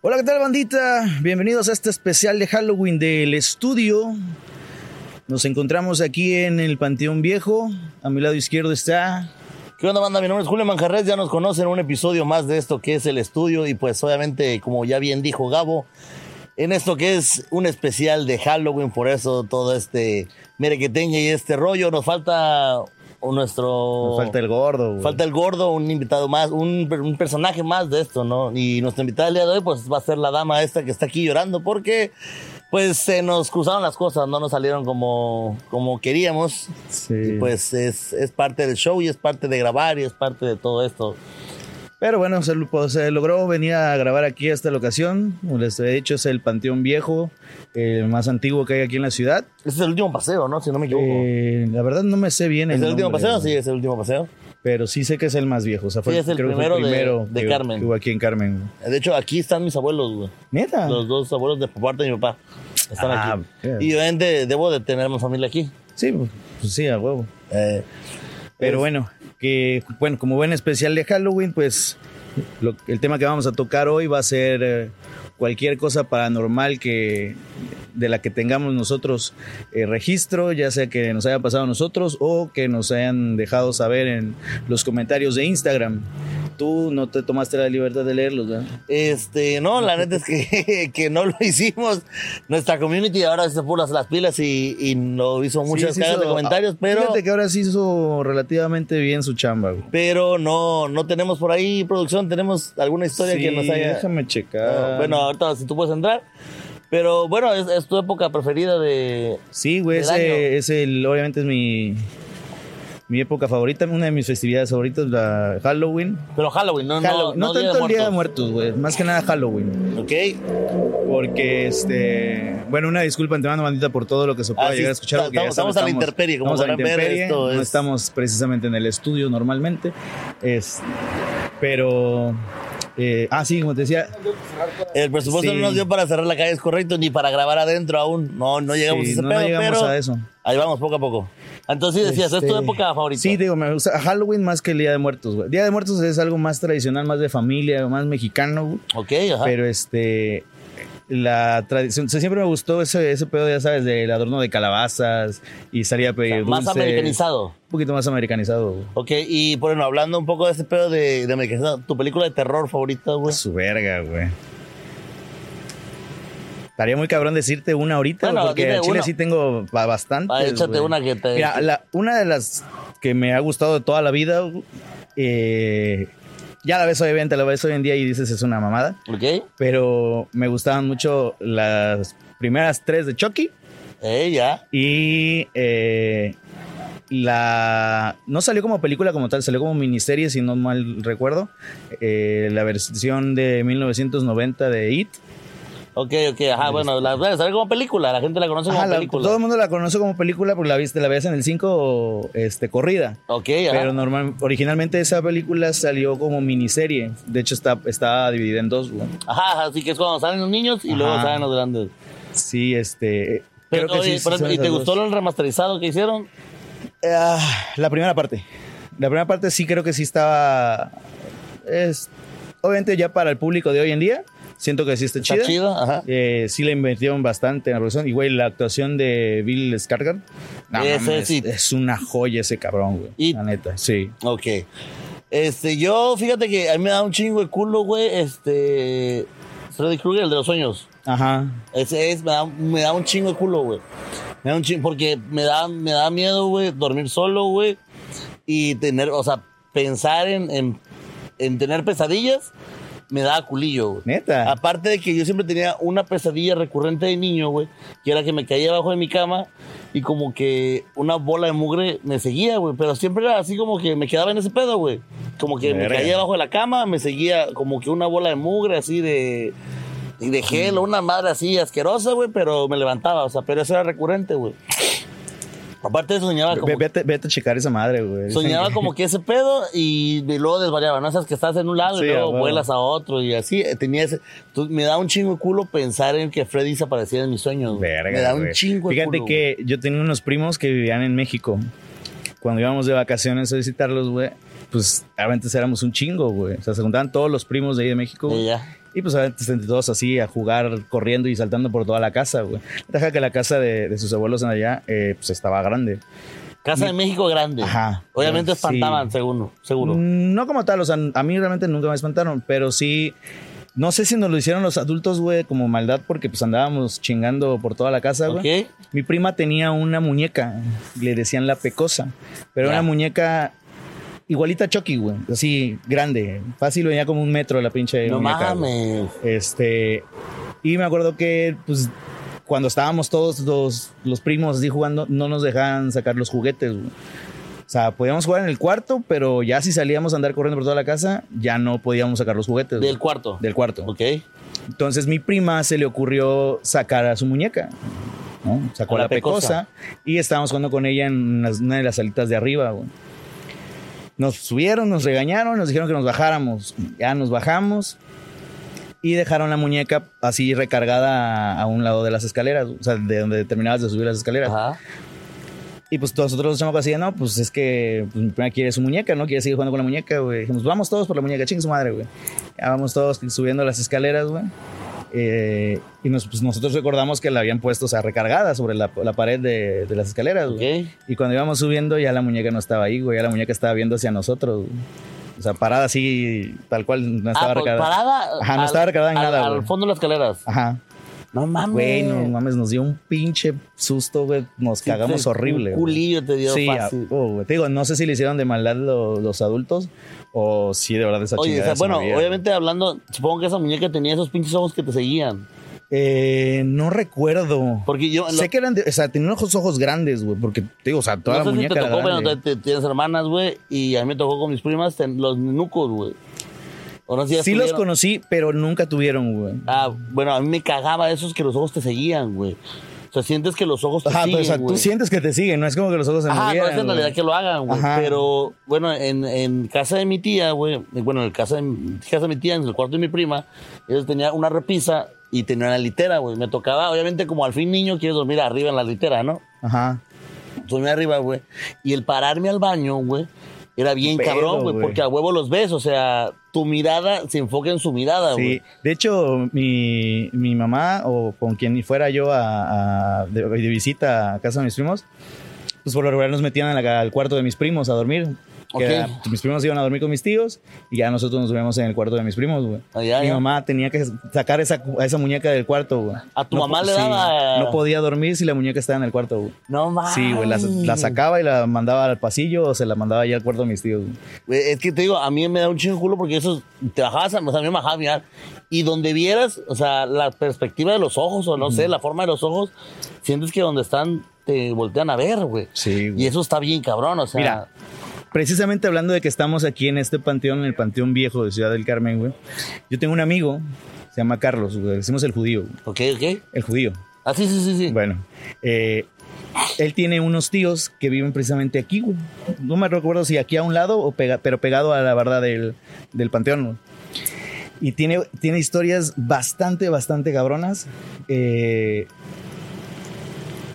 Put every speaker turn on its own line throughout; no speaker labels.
Hola, ¿qué tal bandita? Bienvenidos a este especial de Halloween del estudio. Nos encontramos aquí en el Panteón Viejo. A mi lado izquierdo está...
¿Qué onda, banda? Mi nombre es Julio Manjarres. Ya nos conocen un episodio más de esto que es el estudio. Y pues, obviamente, como ya bien dijo Gabo, en esto que es un especial de Halloween, por eso todo este merequeteña y este rollo. Nos falta o nuestro.
Nos falta el gordo. güey.
Oh. Falta el gordo, un invitado más, un, un personaje más de esto, ¿no? Y nuestra invitada del día de hoy, pues va a ser la dama esta que está aquí llorando porque, pues, se nos cruzaron las cosas, no nos salieron como, como queríamos.
Sí.
Y pues es, es parte del show y es parte de grabar y es parte de todo esto.
Pero bueno, se, lo- pues, se logró venir a grabar aquí a esta locación. Como les he dicho, es el Panteón Viejo, el más antiguo que hay aquí en la ciudad.
Este es el último paseo, ¿no? Si no me equivoco.
Eh, la verdad no me sé bien
¿Es el, último
nombre,
paseo?
güey.
Sí, es el último paseo.
Pero sí sé que es el más viejo. O sea, fue,
Sí, es el
creo que fue
primero de- de
que-
Carmen.
que hubo aquí en Carmen. güey.
De hecho, aquí están mis abuelos, güey.
¿Neta?
Los dos abuelos de por parte de mi papá. Están
Ah,
aquí.
bien.
Y obviamente debo de tener mi familia aquí.
Sí, pues sí, a huevo.
Eh,
Pero
Es-
bueno, que bueno, como buen especial de Halloween, pues lo- el tema que vamos a tocar hoy va a ser eh, cualquier cosa paranormal que de la que tengamos nosotros eh, registro, ya sea que nos haya pasado a nosotros o que nos hayan dejado saber en los comentarios de Instagram. Tú no te tomaste la libertad de leerlos, ¿verdad?
Este, no, la neta es que, que no lo hicimos. Nuestra community ahora se puso las, las pilas y, y no hizo muchas
Sí, sí
cagas de
hizo-
comentarios,
ah,
pero,
Fíjate que ahora sí hizo relativamente bien su chamba, güey.
pero no, no tenemos por ahí producción, tenemos alguna historia que
Sí,
nos haya.
Déjame checar.
Ah, bueno, ahorita si tú puedes entrar. Pero bueno, es, es tu época preferida de.
Sí, güey,
del
ese
año.
es el, obviamente es mi, mi época favorita, una de mis festividades favoritas, la Halloween.
Pero Halloween, no,
Halloween.
no,
No,
no Día de
tanto el Día de
Muertos.
Muertos, güey, más que nada Halloween.
Ok.
Porque, este, bueno, una disculpa ante mano, bandita, por todo lo que se pueda
Ah, sí,
llegar a escuchar.
está-
porque ya
estamos-
saben,
estamos a la intemperie, como
estamos a la
podrán ver,
intemperie,
esto
no
es-
estamos precisamente en el estudio normalmente. Es, pero, eh, ah, sí, como te decía,
El presupuesto
Sí.
no nos dio para cerrar la calle, es correcto, ni para grabar adentro aún. No, no llegamos
sí,
a ese
no, no
pedo,
llegamos
pero
a eso.
ahí vamos poco a poco. Entonces sí decías, es tu
Este,
época favorita.
Sí, digo, me gusta Halloween más que el Día de Muertos, güey. Día de Muertos es algo más tradicional, más de familia, más mexicano, güey.
Ok, ajá.
Pero este. La tradición. o sea, siempre me gustó ese, ese pedo, ya sabes, del adorno de calabazas y salir a
O sea,
pedir
más
dulces.
americanizado.
Un poquito más americanizado, güey.
Ok, y bueno, hablando un poco de ese pedo de, de americanizado, tu película de terror favorita, güey.
Su verga, güey. Estaría muy cabrón decirte una ahorita,
Bueno,
güey, porque
dime
en Chile
una.
sí tengo ba- bastantes.
Ah, échate
güey.
una que te.
Mira, la- una de las que me ha gustado de toda la vida, eh, ya la ves obviamente, la ves hoy en día y dices es una mamada,
ok,
pero me gustaban mucho las primeras tres de Chucky
eh, ya.
y eh, la... No salió como película como tal, salió como miniserie, si no mal recuerdo, eh, la versión de 1990 de It.
Ok, ok, ajá, bueno, la verdad, sale como película, la gente la conoce como
Ajá, la-
película.
todo el mundo la conoce como película porque la viste, la ves en el 5 este, corrida.
Ok, ajá.
Pero normal, originalmente esa película salió como miniserie. De hecho, está, está dividida en dos. güey.
Ajá, ajá, así que es cuando salen los niños y luego
Ajá.
salen los grandes.
Sí, este.
Pero,
creo que
oye,
sí,
por
sí
ejemplo,
son
¿Y te
esas
gustó
dos.
el remasterizado que hicieron?
Ah, la primera parte. La primera parte sí creo que sí estaba. Es, obviamente, ya para el público de hoy en día, siento que sí está,
Está
chida.
chido, ajá.
Eh, sí le invirtieron bastante en la producción. Y, güey, la actuación de Bill Skarsgård. no
Ese
mames,
sí.
Es una joya ese cabrón, güey.
Y-
La neta, sí.
Ok. Este, yo, fíjate que a mí me da un chingo de culo, güey. Este. Freddy Krueger, el de los sueños.
Ajá.
Ese es, me da, me da un chingo de culo, güey. Me da un chingo, porque me da, me da miedo, güey, dormir solo, güey. Y tener, o sea, pensar en, en, en tener pesadillas, me da culillo, güey.
Neta.
Aparte de que yo siempre tenía una pesadilla recurrente de niño, güey, que era que me caía abajo de mi cama y como que una bola de mugre me seguía, güey, pero siempre era así como que me quedaba en ese pedo, güey. Como que me
Verga.
caía abajo de la cama, me seguía como que una bola de mugre así de y de gel,
Mm.
o una madre así asquerosa, güey, pero me levantaba, o sea, pero eso era recurrente, güey. Aparte de eso soñaba
Ve-
ah, como
vete, vete a checar esa madre, güey. Dicen
Soñaba
que-
como que ese pedo y de- luego desvariaba, ¿no? Esas que estás en un lado
Sí,
y
a
luego
huevo.
vuelas a otro y así. eh, Tenía ese, tú- me da un chingo de culo pensar en que Freddy se apareciera en mis sueños. güey.
Verga,
me da un
güey.
chingo de
Fíjate
culo,
que yo tenía unos primos que vivían en México. Cuando íbamos de vacaciones a visitarlos, güey, pues antes éramos un chingo, güey. O sea, se juntaban todos los primos de ahí de México.
güey.
güey.
Ya, ya.
Y pues antes entre todos así a jugar corriendo y saltando por toda la casa, güey. Deja que la casa de, de sus abuelos en allá eh, pues estaba grande.
Casa de México grande.
Ajá.
Obviamente
Sí. Mm,
espantaban, seguro. seguro.
No como tal, o sea, a mí realmente nunca me espantaron, pero sí, no sé si nos lo hicieron los adultos, güey, como maldad, porque pues andábamos chingando por toda la casa, güey.
¿Ok?
Mi prima tenía una muñeca, le decían la pecosa, pero
Ya.
una muñeca igualita a Chucky, güey, así grande, fácil, venía como un metro la pinche
No
muñeca, güey.
mames.
Este, y me acuerdo que, pues, cuando estábamos todos los, los primos así jugando, no nos dejaban sacar los juguetes, güey. O sea, podíamos jugar en el cuarto, pero ya si salíamos a andar corriendo por toda la casa, ya no podíamos sacar los juguetes.
Del
güey.
cuarto.
Del cuarto.
Ok.
Entonces mi prima se le ocurrió sacar a su muñeca. ¿no? Sacó
A la
la pecosa, y estábamos jugando con ella en las- una de las salitas de arriba. güey. Nos subieron, nos regañaron, nos dijeron que nos bajáramos. Ya nos bajamos y dejaron la muñeca así recargada a, a un lado de las escaleras, o sea, de donde terminabas de subir las escaleras.
Ajá.
Y pues todos nosotros los chamacos así, de, no, pues es que pues, mi prima quiere su muñeca, ¿no? Quiere seguir jugando con la muñeca, güey. Dijimos, "Pues, vamos todos por la muñeca, chingue su madre, güey. Ya vamos todos subiendo las escaleras, güey. Eh, y nos- pues, nosotros recordamos que la habían puesto, o sea, recargada sobre la, la pared de, de las escaleras,
Ok.
güey. Y cuando íbamos subiendo, ya la muñeca no estaba ahí, güey. Ya la muñeca estaba viendo hacia nosotros, güey. O sea, parada así, tal cual, no estaba
Ah, pues,
recargada.
parada.
Ajá, no estaba recargada en
al-
nada,
Al
güey.
fondo de las escaleras.
Ajá.
No mames.
Güey, no mames, nos dio un pinche susto, güey. Nos
Sí,
cagamos
te-
horrible,
Un
güey.
culillo te dio
Sí,
fácil.
a- oh, güey. te digo, no sé si le hicieron de maldad lo- los adultos o si de verdad esa
Oye, o
chingada
sea,
se
bueno,
movía.
obviamente hablando, supongo que esa muñeca tenía esos pinches ojos que te seguían.
Eh, no recuerdo.
Porque yo.
sé que eran, de- o sea, tenían unos ojos grandes, güey, porque te digo, o sea, toda la
no sé si
muñeca
te
era
tocó, pero
grande.
te- te- tienes hermanas, güey, y a mí me tocó con mis primas ten- los nucos, güey. O no sé si ya
sí los
estuvieron-
conocí, pero nunca tuvieron, güey.
Ah, bueno, a mí me cagaba esos que los ojos te seguían, güey. O sea, sientes que los ojos te
Ajá,
siguen,
pero o sea,
Ah, güey.
tú sientes que te siguen, no es como que los ojos se
Ajá, no
movieran,
es en
güey.
realidad que lo hagan, güey.
Ajá.
Pero bueno, en, en casa de mi tía, güey, bueno, en el casa de, mi- casa de mi tía, en el cuarto de mi prima, ellos tenían una repisa y tenía una litera, güey. Me tocaba, obviamente, como al fin niño, quieres dormir arriba en la litera, ¿no?
Ajá.
Dormí arriba, güey. Y el pararme al baño, güey, era bien
Pedo,
cabrón, güey,
güey.
porque a huevo los ves, o sea, tu mirada se enfoca en su mirada,
Sí,
güey.
de hecho, mi, mi mamá o con quien fuera yo a, a- de, de visita a casa de mis primos, pues por lo regular nos metían en la- al cuarto de mis primos a dormir. Que
Ok.
era- pues, mis primos iban a dormir con mis tíos y ya nosotros nos dormíamos en el cuarto de mis primos, güey.
Ah, ya,
Mi
ya.
mamá tenía que sacar esa, a esa muñeca del cuarto, güey.
¿A tu mamá
po-
le daba- eh?
no podía dormir si la muñeca estaba en el cuarto, güey.
No mames.
Sí, güey, la, la sacaba y la mandaba al pasillo o se la mandaba ya al cuarto de mis tíos. güey.
Güey, Es que te digo, a mí me da un chingo de culo porque eso, te bajabas, a- o sea, a mí me bajaba a mirar, y donde vieras, o sea, la perspectiva de los ojos, o no sé, la forma de los ojos, sientes que donde están te voltean a ver, güey.
Sí, güey.
Y eso está bien cabrón, o sea.
Mira, precisamente hablando de que estamos aquí en este panteón, en el Panteón Viejo de Ciudad del Carmen, güey. Yo tengo un amigo, se llama Carlos, güey, decimos el judío, güey,
Ok, ok.
el judío.
Ah, sí, sí, sí, sí.
Bueno, eh, él tiene unos tíos que viven precisamente aquí, güey. No me recuerdo si aquí a un lado, o pega- pero pegado a la barda del, del panteón, güey. Y tiene, tiene historias bastante, bastante cabronas eh,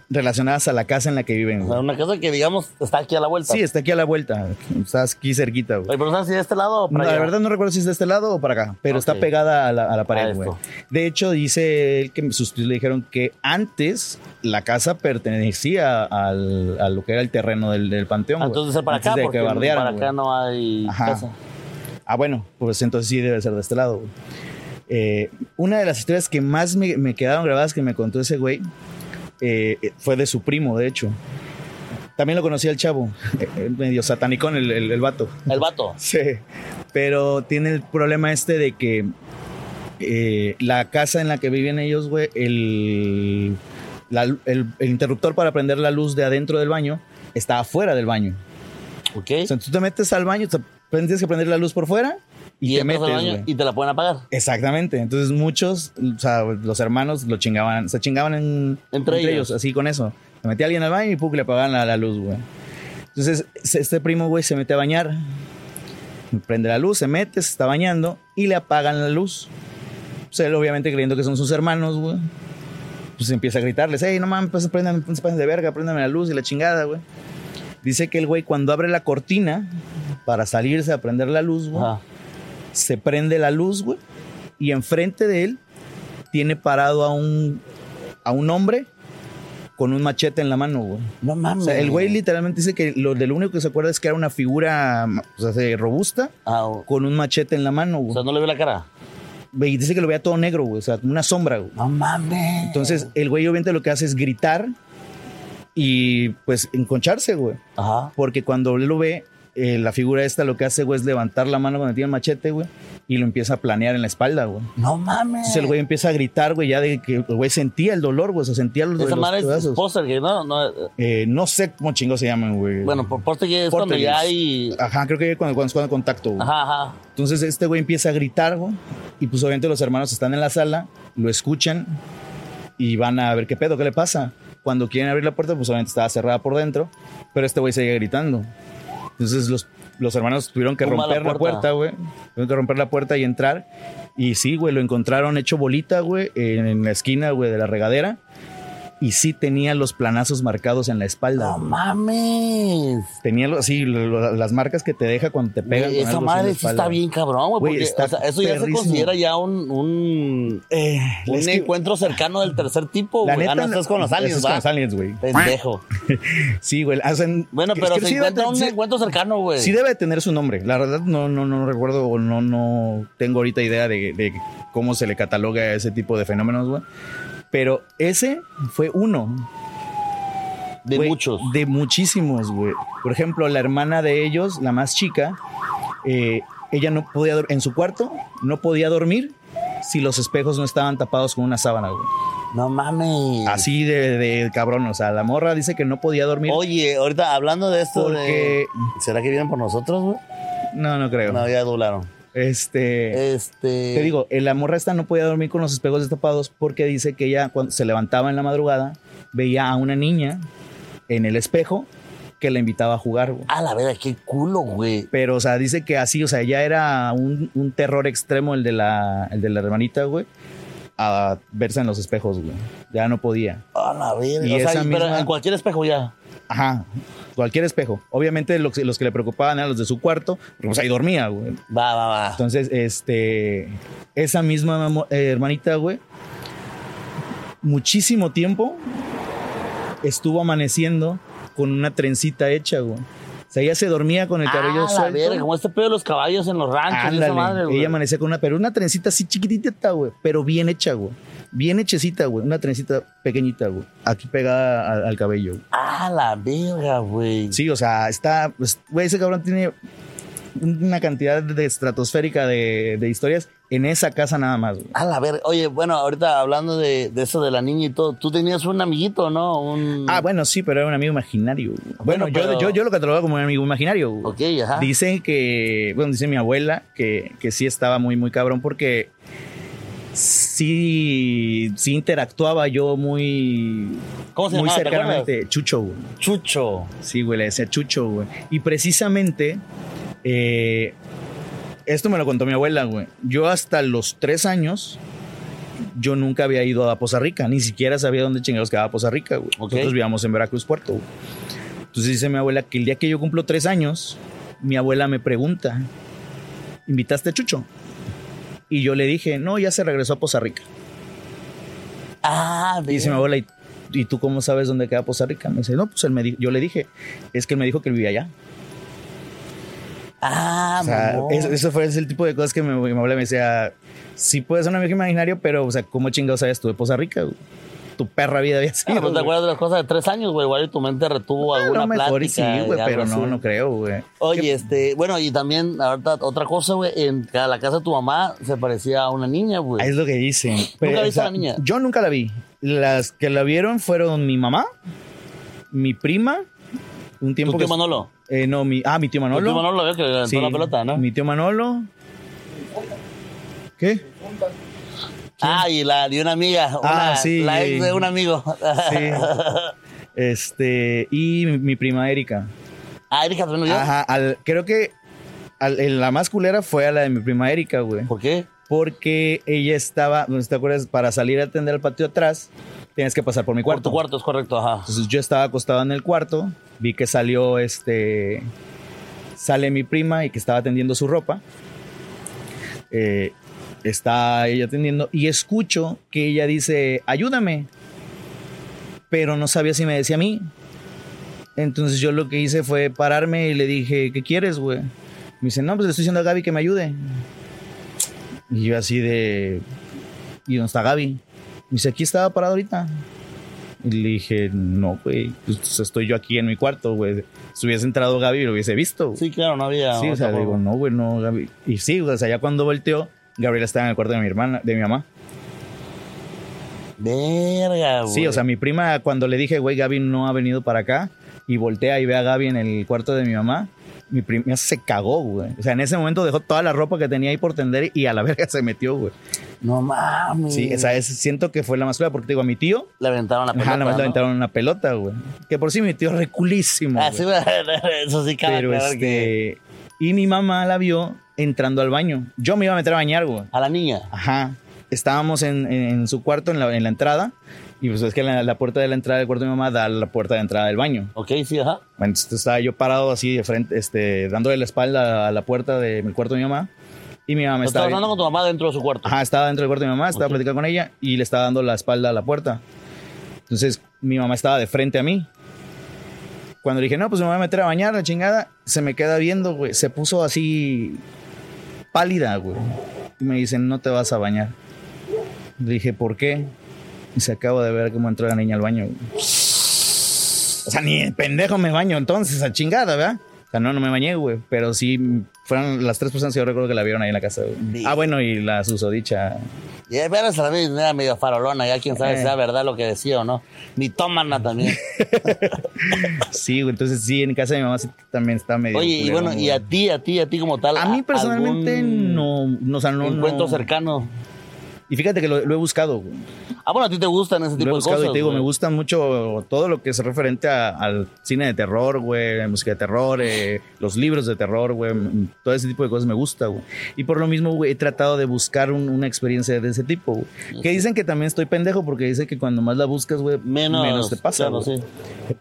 relacionadas a la casa en la que viven,
O
güey.
sea, una casa que, digamos, está aquí a la vuelta.
Sí, está aquí a la vuelta, estás aquí cerquita, güey.
Oye, pero ¿sabes si de este lado
No,
o para
la
allá?
verdad no recuerdo si es de este lado o para acá, pero está
Ok. Ah,
pegada a la, a la pared,
esto.
güey. De hecho, dice él que sus tíos le dijeron que antes la casa pertenecía al, a lo que era el terreno del, del panteón.
Ah,
güey.
Entonces es para
Antes
acá,
de que
porque
bardearan,
para acá
güey.
no hay
Ajá.
casa.
Ah, bueno, pues entonces sí debe ser de este lado, güey. Eh, una de las historias que más me, me quedaron grabadas que me contó ese güey eh, eh, fue de su primo, de hecho. También lo conocía el chavo, eh, eh, medio satanicón el- el, el vato.
El vato.
Sí, pero tiene el problema este de que eh, la casa en la que viven ellos, güey, el, la- el- el interruptor para prender la luz de adentro del baño está afuera del baño.
Ok.
O sea, tú te metes al baño, te- tienes que prender la luz por fuera y, te
entras
metes,
al baño
güey.
y te la pueden apagar.
Exactamente, entonces muchos, o sea, los hermanos lo chingaban, se chingaban en-
Entre ellos.
así con eso. Se metía alguien al baño y pum, le apagaban la, la luz, güey. Entonces, se- este primo, güey, se mete a bañar, prende la luz, se mete, se está bañando y le apagan la luz. Pues él, obviamente, creyendo que son sus hermanos, güey, pues empieza a gritarles, hey, no mames, pues, prendan, no se pasen de verga, préndame la luz y la chingada, güey. Dice que el güey, cuando abre la cortina para salirse a prender la luz, güey,
Ajá.
se prende la luz, güey. y enfrente de él tiene parado a un, a un hombre con un machete en la mano, güey.
No
O
mames.
sea, el güey literalmente dice que lo, de lo único que se acuerda es que era una figura o sea, de- robusta
Ah, o
con un machete en la mano,
o
güey.
sea, no le veo la cara.
Y dice que lo veía todo negro, güey, o sea, como una sombra, güey.
No mames.
Entonces, el güey obviamente lo que hace es gritar y pues enconcharse, güey.
Ajá.
Porque cuando él lo ve, eh, la figura esta lo que hace, güey, es levantar la mano cuando tiene el machete, güey, y lo empieza a planear en la espalda, güey.
No mames.
Entonces el güey empieza a gritar, güey, ya de que el güey sentía el dolor, güey, o sea, sentía los,
Esa
los
madre es
pedazos.
póster que no, no. eh,
Eh, no sé cómo chingos se llaman, güey.
Bueno, por póster que es cuando
Porteries.
ya hay.
Ajá, creo que cuando, cuando, cuando contacto, güey.
Ajá, ajá.
Entonces este güey empieza a gritar, güey, y pues obviamente los hermanos están en la sala, lo escuchan y van a ver qué pedo, qué le pasa. Cuando quieren abrir la puerta, pues obviamente estaba cerrada por dentro, pero este güey seguía gritando. Entonces los, los hermanos tuvieron que
Tumba la
romper la
puerta.
puerta, güey. Tuvieron que romper la puerta y entrar. Y sí, güey, lo encontraron hecho bolita, güey, en, la esquina, güey, de la regadera. Y sí tenía los planazos marcados en la espalda.
No
güey.
mames.
Tenía lo- sí, lo- lo- las marcas que te deja cuando te pegan.
Güey,
con algo así
esa
en la
madre sí
espalda.
está bien cabrón, güey.
Güey,
porque,
está
o sea, eso ya se
perrísimo.
considera ya un, un,
Eh,
un
es que-
encuentro cercano del tercer tipo,
La
güey. Ah,
neta,
no, estás con los aliens,
estás con
va.
los aliens, güey.
Pendejo.
Sí, güey. hacen-
Bueno,
es
pero
que
se
sí debe
encuentra
ten-
un
sí-
encuentro cercano, güey.
Sí debe de tener su nombre. La verdad no, no, no recuerdo o no, no tengo ahorita idea de, de cómo se le cataloga a ese tipo de fenómenos, güey. Pero ese fue uno.
de
güey,
muchos.
De muchísimos, güey. Por ejemplo, la hermana de ellos, la más chica, eh, ella no podía, dor- en su cuarto, no podía dormir si los espejos no estaban tapados con una sábana, güey.
No mames.
Así de, de cabrón, o sea, la morra dice que no podía dormir
Oye, ahorita hablando de esto de-
porque...
¿Será que vienen por nosotros, güey?
No, no creo.
No, ya doblaron.
Este...
Este...
Te digo, eh, la morra esta no podía dormir con los espejos destapados porque dice que ella cuando se levantaba en la madrugada veía a una niña en el espejo que la invitaba a jugar. güey.
A la verdad, qué culo, güey.
Pero, o sea, dice que así, o sea, ya era un, un terror extremo el de la, el de la hermanita, güey, a verse en los espejos, güey. Ya no podía.
A la verga.
Y
o sea,
esa
y- pero
misma-
en cualquier espejo ya.
Ajá, cualquier espejo. Obviamente los, los que le preocupaban eran los de su cuarto, pero pues ahí dormía, güey.
Va, va, va.
Entonces, este, esa misma mamo- eh, hermanita, güey, muchísimo tiempo estuvo amaneciendo con una trencita hecha, güey. O sea, ella se dormía con el cabello
ah, la
suelto.
verga, como este pedo de los caballos en los ranchos.
Ándale,
esa madre, güey.
ella amanecía con una, pero una trencita así chiquitita, güey, pero bien hecha, güey. Bien hechecita, güey. Una trencita pequeñita, güey. Aquí pegada al, al cabello. güey.
A la verga, güey.
Sí, o sea, está, pues, güey, ese cabrón tiene una cantidad de estratosférica de, de historias en esa casa nada más, güey.
A la verga. Oye, bueno, ahorita hablando de, de eso de la niña y todo, tú tenías un amiguito, ¿no? Un...
Ah, bueno, sí, pero era un amigo imaginario. güey. Bueno,
Bueno, pero-
yo, yo, yo lo catalogaba como un amigo imaginario. güey.
Ok, ajá.
Dicen que, bueno, dice mi abuela que, que sí estaba muy, muy cabrón porque sí, sí interactuaba yo muy,
¿Cómo se
muy
llamaba? ¿Te
cercanamente. Chucho, güey.
acuerdas? Chucho.
Sí, güey, le decía Chucho, güey. Y precisamente, eh, esto me lo contó mi abuela, güey. Yo hasta los tres años, yo nunca había ido a Poza Rica, ni siquiera sabía dónde chingados quedaba Poza Rica, güey.
Ok.
Nosotros vivíamos en Veracruz Puerto, güey. Entonces dice mi abuela que el día que yo cumplo tres años, mi abuela me pregunta, ¿invitaste a Chucho? Y yo le dije, no, ya se regresó a Poza Rica.
Ah,
Y dice mi
verga.
abuela, ¿y, y tú cómo sabes dónde queda Poza Rica? Me dice, no, pues él me di- yo le dije, es que él me dijo que él vivía allá.
Ah,
O sea,
mamón.
eso, eso fue ese el tipo de cosas que me, mi abuela me decía, sí puedes ser un amigo imaginario, pero, o sea, ¿cómo chingados sabes tú de Poza Rica? güey? Tu perra vida había
Ah,
sido.
pues, te
güey. Ah,
acuerdas de las cosas de tres años, güey. Igual y tu mente retuvo
A
alguna
lo mejor y sí,
plática.
güey,
y algo
pero no,
así.
no creo, güey.
Oye,
Que-
este, bueno, y también, ahorita, otra cosa, güey, en a la casa de tu mamá se parecía a una niña, güey.
Es lo que dicen. Pero,
viste a la niña?
Yo nunca la vi. Las que la vieron fueron mi mamá, mi prima, un
¿Tu
tiempo que...
tío Manolo?
eh, no, mi, ah, mi tío
Tu
Manolo.
tío Manolo, veo que levantó
Sí,
la pelota, ¿no?
Mi tío Manolo. ¿Qué?
Ah, y la de una amiga.
Ah,
una-
sí.
La ex de un amigo.
Sí. Este, y mi, mi prima Erika.
ah, Erika, ¿tú no vio?
Ajá, al- creo que al- en la más culera fue a la de mi prima Erika, güey.
¿Por qué?
Porque ella estaba, no sé si te acuerdas, para salir a atender al patio atrás, tienes que pasar por mi
Por
cuarto.
tu cuarto, es correcto, ajá.
Entonces yo estaba acostado en el cuarto, vi que salió este. Sale mi prima y que estaba tendiendo su ropa. Eh, está ella atendiendo y escucho que ella dice, ayúdame, pero no sabía si me decía a mí. Entonces yo lo que hice fue pararme y le dije, ¿qué quieres, güey? Me dice, no, pues le estoy diciendo a Gaby que me ayude. Y yo así de, ¿y dónde está Gaby? Me dice, aquí estaba parado ahorita. Y le dije, no, güey, pues estoy yo aquí en mi cuarto, güey. Si hubiese entrado Gaby, lo hubiese visto. güey".
Sí, claro, no había.
Sí, o sea,
otra
digo,
forma.
no, güey, no, Gaby. Y sí, o sea, ya cuando volteó, Gabriela estaba en el cuarto de mi hermana, de mi mamá.
Verga, güey.
Sí, o sea, mi prima, cuando le dije, güey, Gaby no ha venido para acá, y voltea y ve a Gaby en el cuarto de mi mamá, mi prima se cagó, güey. O sea, en ese momento dejó toda la ropa que tenía ahí por tender y a la verga se metió, güey.
No mames.
Sí, o sea, es- siento que fue la más fea, porque te digo, a mi tío,
Le aventaron la pelota.
ajá, nada más le
¿no?
aventaron una pelota, güey. Que por sí mi tío es reculísimo.
Ah,
güey.
sí, eso sí, cabe
Pero
aclarar
este.
que-
Y mi mamá la vio entrando al baño. Yo me iba a meter a bañar, güey.
A la niña.
Ajá. Estábamos en, en- en su cuarto, en la, en la entrada. Y pues es que la, la puerta de la entrada del cuarto de mi mamá da a la puerta de entrada del baño.
Ok, sí, ajá.
Bueno, entonces estaba yo parado así de frente, este, dándole la espalda a la puerta de mi cuarto de mi mamá. Y mi mamá
Me estaba
estaba.
hablando con tu mamá dentro de su cuarto.
Ajá, estaba dentro del cuarto de mi mamá, estaba platicando con ella y le estaba dando la espalda a la puerta. Entonces mi mamá estaba de frente a mí. Cuando le dije, no, pues me voy a meter a bañar, la chingada, se me queda viendo, güey. Se puso así pálida, güey. Y me dicen, no te vas a bañar. Le dije, ¿por qué? Y se acaba de ver cómo entró la niña al baño. güey. O sea, ni el pendejo me baño entonces, a chingada, ¿verdad? O sea, no, no me bañé, güey. Pero sí, fueron las tres personas que yo recuerdo que la vieron ahí en la casa, güey.
Bien.
Ah, bueno, y la susodicha.
Y a ver, esa vez era medio farolona, ya quién sabe
Eh.
si era verdad lo que decía o no. Ni tómana también.
Sí, güey. Entonces, sí, en casa de mi mamá sí también está medio.
Oye, y
culero,
bueno, y
güey.
a ti, a ti, a ti como tal.
A mí personalmente
algún
no, no, o sea, no.
Encuentro
no.
cercano.
Y fíjate que lo, lo he buscado, güey.
Ah, bueno, a ti te gustan ese tipo
Lo he
de
buscado
cosas.
y te digo,
güey.
me gusta mucho todo lo que es referente a- al cine de terror, güey, música de terror, eh, los libros de terror, güey, m- todo ese tipo de cosas me gusta, güey. Y por lo mismo, güey, he tratado de buscar un- una experiencia de ese tipo, güey. Que dicen que también estoy pendejo porque dicen que cuando más la buscas, güey,
Menos,
menos, te pasa.
claro,
güey.
sí.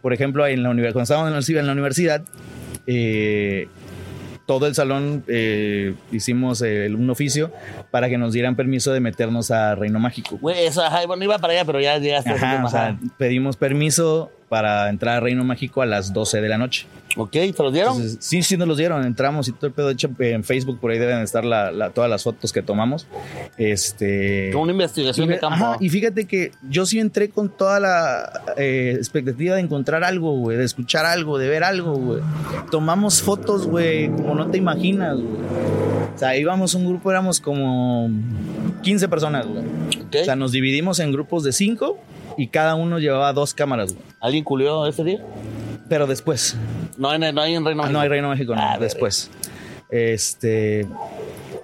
Por ejemplo, en la universidad, cuando estábamos en la- en la universidad, eh, todo el salón eh, hicimos eh, un oficio para que nos dieran permiso de meternos a Reino Mágico.
Güey, eso, ajá, bueno, iba para allá, pero ya llegaste a ese
Ajá,
tema,
o sea,
ajá.
pedimos permiso para entrar a Reino Mágico a las 12 de la noche.
Ok, ¿te los dieron?
Entonces, sí, sí nos los dieron, entramos y todo el pedo. De hecho, en Facebook por ahí deben estar la- la- todas las fotos que tomamos. Este,
Con una investigación
y,
de
ve-
campo.
ajá, y fíjate que yo sí entré con toda la eh, expectativa de encontrar algo, güey, de escuchar algo, de ver algo, güey. Tomamos fotos, güey, como no te imaginas, güey. O sea, íbamos un grupo, éramos como 15 personas, güey.
Ok.
O sea, nos dividimos en grupos de 5 y cada uno llevaba dos cámaras, güey.
¿Alguien culió ese día?
Pero después.
No, en- no hay en Reino
Ah,
Unido.
no hay Reino México, no,
Ah, verga.
después. Este.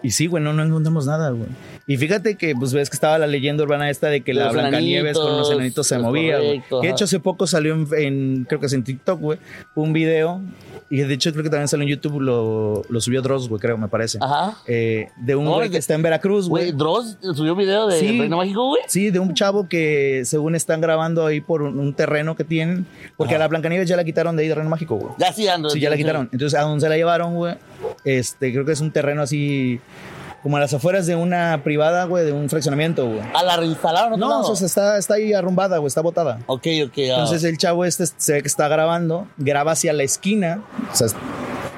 Y sí, güey, no, no encontramos nada, güey. Y fíjate que, pues ves que estaba la leyenda urbana esta de que la
Los
Blancanieves con los
enanitos,
enanitos se
es
movía, güey.
correcto,
Que de
ajá.
hecho hace poco salió en, en- creo que es en TikTok, güey, un video. Y de hecho creo que también salió en YouTube, lo, lo subió Dross, güey, creo, me parece.
Ajá.
Eh, de un
Ah. No,
güey
de-
que está en Veracruz,
Güey,
güey.
Dross subió un video de
Sí.
Reino Mágico, güey.
Sí, de un chavo que según están grabando ahí por un, un terreno que tienen. Porque a la Blancanieves ya la quitaron de ahí de Reino Mágico, güey.
Ya sí ando.
Sí, ya la quitaron. Entonces, ¿a dónde se la llevaron, güey? Este, creo que es un terreno así, como a las afueras de una privada, güey, de un fraccionamiento, güey.
¿A la reinstalaron? en otro
No,
lado?
o sea, está, está ahí arrumbada, güey, está botada.
Ok, ok. ah.
Entonces, el chavo este se ve que está grabando, graba hacia la esquina, o sea,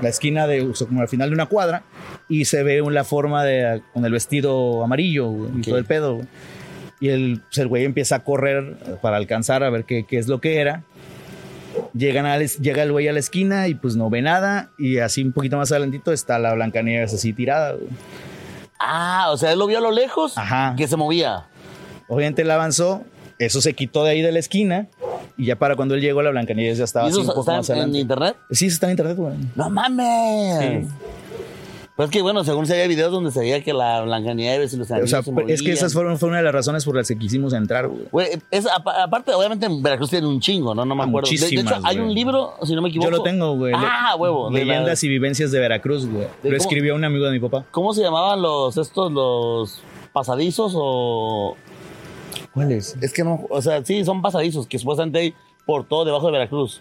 la esquina de, o sea, como al final de una cuadra, y se ve la forma de, con el vestido amarillo, güey, y
Ok.
todo el pedo, güey. Y el, pues, el güey empieza a correr eh, para alcanzar a ver qué, qué es lo que era. Llegan a la es- llega el güey a la esquina y pues no ve nada. Y así un poquito más adelantito está la Blancanieves así tirada. güey.
Ah, o sea, él lo vio a lo lejos.
Ajá.
Que se movía.
Obviamente él avanzó, eso se quitó de ahí de la esquina. Y ya para cuando él llegó, la Blancanieves ya estaba
¿Y
así un
eso
poco
está
más
en- en,
adelante.
internet?
Sí, eso está en internet, güey.
¡No mames! Pues que bueno, según se había videos donde se veía que la Blancanieves y los
O
anillos
sea,
se
es que
movían.
esas fueron, fue una de las razones por las que quisimos entrar, güey.
Güey, es- apa- aparte, obviamente en Veracruz tienen un chingo, ¿no? No me
Ah,
acuerdo. De- De, hecho,
muchísimas,
hay
güey.
un libro, si no me equivoco.
Yo lo tengo, güey.
Ah,
Le-
huevo. de la-
Leyendas y vivencias de Veracruz, güey. Lo
cómo-
escribió un amigo de mi papá.
¿Cómo se llamaban los estos, los pasadizos o...?
¿Cuál es?
Es que no, o sea, sí, son pasadizos que supuestamente hay por todo debajo de Veracruz.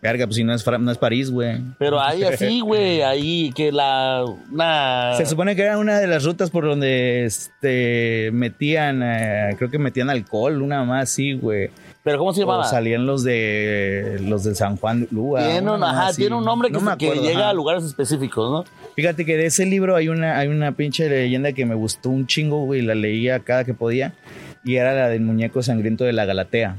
Verga, pues si no es, Fra- no es París, güey.
Pero ahí así, güey, ahí que la... Una...
Se supone que era una de las rutas por donde este, metían, eh, creo que metían alcohol, una más así, güey.
¿Pero cómo se
O
llamaba?
salían los de los de San Juan Lúa.
Tiene un,
una
ajá,
más así.
tiene un nombre que,
No me
que
acuerdo,
llega
ajá.
a lugares específicos, ¿no?
Fíjate que de ese libro hay una, hay una pinche leyenda que me gustó un chingo, güey, la leía cada que podía. Y era la del muñeco sangriento de la Galatea.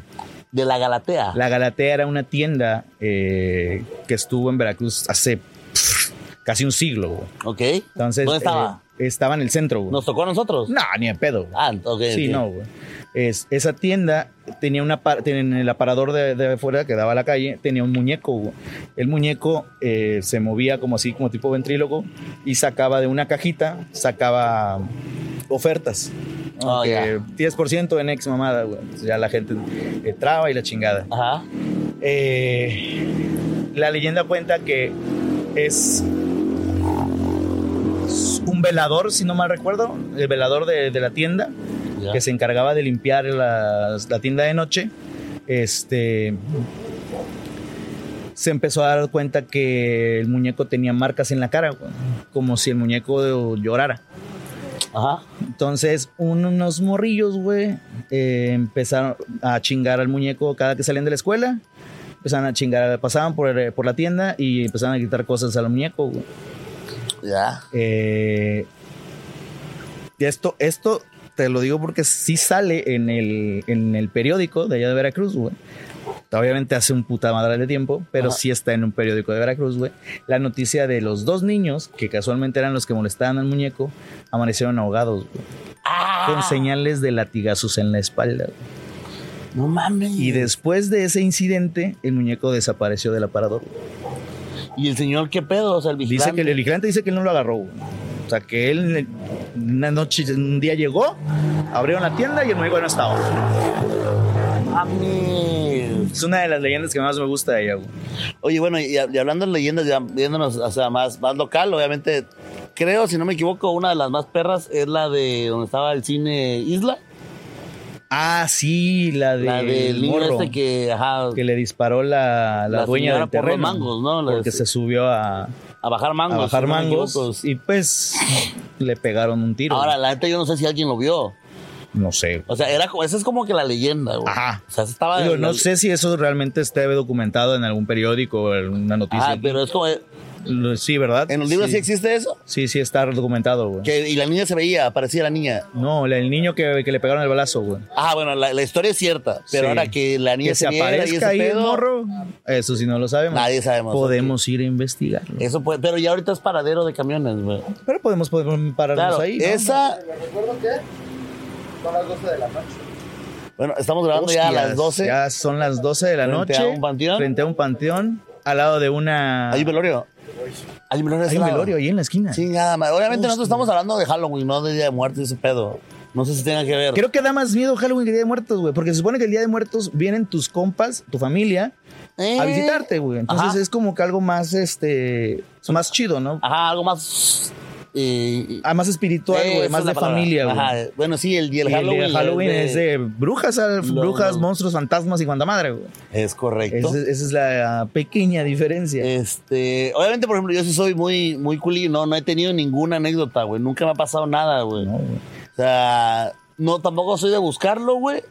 De la Galatea.
La Galatea era una tienda eh, que estuvo en Veracruz hace pff, casi un siglo, güey.
¿Ok?
Entonces,
¿Dónde estaba?
eh, estaba en el centro, güey.
¿Nos tocó a nosotros?
No, ni a pedo. güey.
Ah, ok.
Sí,
ok.
no, güey. Es, esa tienda tenía una par- tenía en el aparador de, de afuera que daba a la calle, tenía un muñeco. güey. El muñeco eh, se movía como así, como tipo ventríloco, y sacaba de una cajita, sacaba ofertas.
Oh,
Que
ya.
10% en ex mamada, güey. Entonces Ya la gente entraba y la chingada.
Ajá.
Eh, la leyenda cuenta que es un velador, si no mal recuerdo, el velador de, de la tienda,
ya.
que se encargaba de limpiar las- la, tienda de noche, este, se empezó a dar cuenta que el muñeco tenía marcas en la cara, güey, como si el muñeco llorara.
Ajá.
Entonces, un- unos morrillos, güey, eh, empezaron a chingar al muñeco cada que salían de la escuela. Empezaron a chingar, pasaban por, por la tienda y empezaban a gritar cosas al muñeco, güey.
Ya.
Eh, y esto, esto te lo digo porque sí sale en el, en el periódico de allá de Veracruz, güey. Obviamente hace un puta madre de tiempo, pero
Ajá.
sí está en un periódico de Veracruz, güey. La noticia de los dos niños, que casualmente eran los que molestaban al muñeco, amanecieron ahogados, güey
Ah.
con señales de latigazos en la espalda. güey.
Ah, No mames.
Y después de ese incidente, el muñeco desapareció del aparador.
¿Y el señor qué pedo? O sea, el vigilante.
Dice que el vigilante dice que él no lo agarró. güey. O sea, que él eh, una noche, un día llegó, abrieron la tienda y el muñeco no estaba.
Mames.
Es una de las leyendas que más me gusta de ella. güey.
Oye, bueno, y, y hablando de leyendas, ya viéndonos, o sea, más, más local, obviamente, creo, si no me equivoco, una de las más perras es la de donde estaba el cine Isla.
Ah, sí, la de
la del niño
morro
este que, ajá,
que le disparó la, la
La
dueña
señora
del
por los
terreno.
mangos, ¿no? La-
Porque se subió a, a
a bajar mangos.
bajar
si no me
mangos
equivoco.
y pues le pegaron un tiro.
Ahora,
güey.
la neta, yo no sé si alguien lo vio.
no sé. güey.
O sea, era, como- esa es como que la leyenda, güey.
Ajá.
O sea, esa estaba.
Digo, no
la-
sé si eso realmente esté documentado en algún periódico o en una noticia.
Ah, pero es como. ¿En
Lo- Sí, ¿verdad?
los libros sí,
sí
existe eso?
Sí, sí está documentado, güey.
Que, y la niña se veía, aparecía la niña.
No, la- el niño que, que le pegaron el balazo, güey.
Ah, bueno, la, la historia es cierta, pero
Sí.
ahora que la niña
Que se
niega y ese
aparezca ahí el
pedo,
morro, eso sí no lo sabemos.
Nadie sabemos.
Podemos ir a investigarlo.
Eso puede, pero ya ahorita es paradero de camiones, güey.
Pero podemos, podemos pararnos
Claro,
ahí. ¿no?
esa.
Recuerdo que son las 12 de la noche.
Bueno, estamos grabando ya a las
Hostias,
12.
Ya son las 12 de la
Frente
noche.
a un panteón.
Frente a un panteón, al lado de una.
Hay un velorio. Hay un velorio. de
Hay
ese
un
lado.
velorio ahí en la esquina.
Chingada madre. Obviamente nosotros estamos hablando de Halloween, no de Día de Muertos y ese pedo. No sé si tenga que ver.
Creo que da más miedo Halloween que el Día de Muertos, güey. Porque se supone que el Día de Muertos vienen tus compas, tu familia,
Eh.
a visitarte, güey. Entonces
Ajá. Ah,
es como que algo más, este, más chido, ¿no?
Ajá, algo más. eh,
Ah, más espiritual,
eh,
güey,
esa
más
es
de
la palabra.
familia, güey.
Ajá, bueno, sí, el, y el
Y
Halloween.
el Halloween es de brujas, al-
Lo-
brujas,
lo-
monstruos, fantasmas y cuanta madre, güey.
Es correcto.
Esa, esa es la pequeña diferencia.
Este, obviamente, por ejemplo, yo sí soy muy, muy culi, no, no he tenido ninguna anécdota, güey. Nunca me ha pasado nada, güey.
No, güey.
O sea, no, tampoco soy de buscarlo, güey.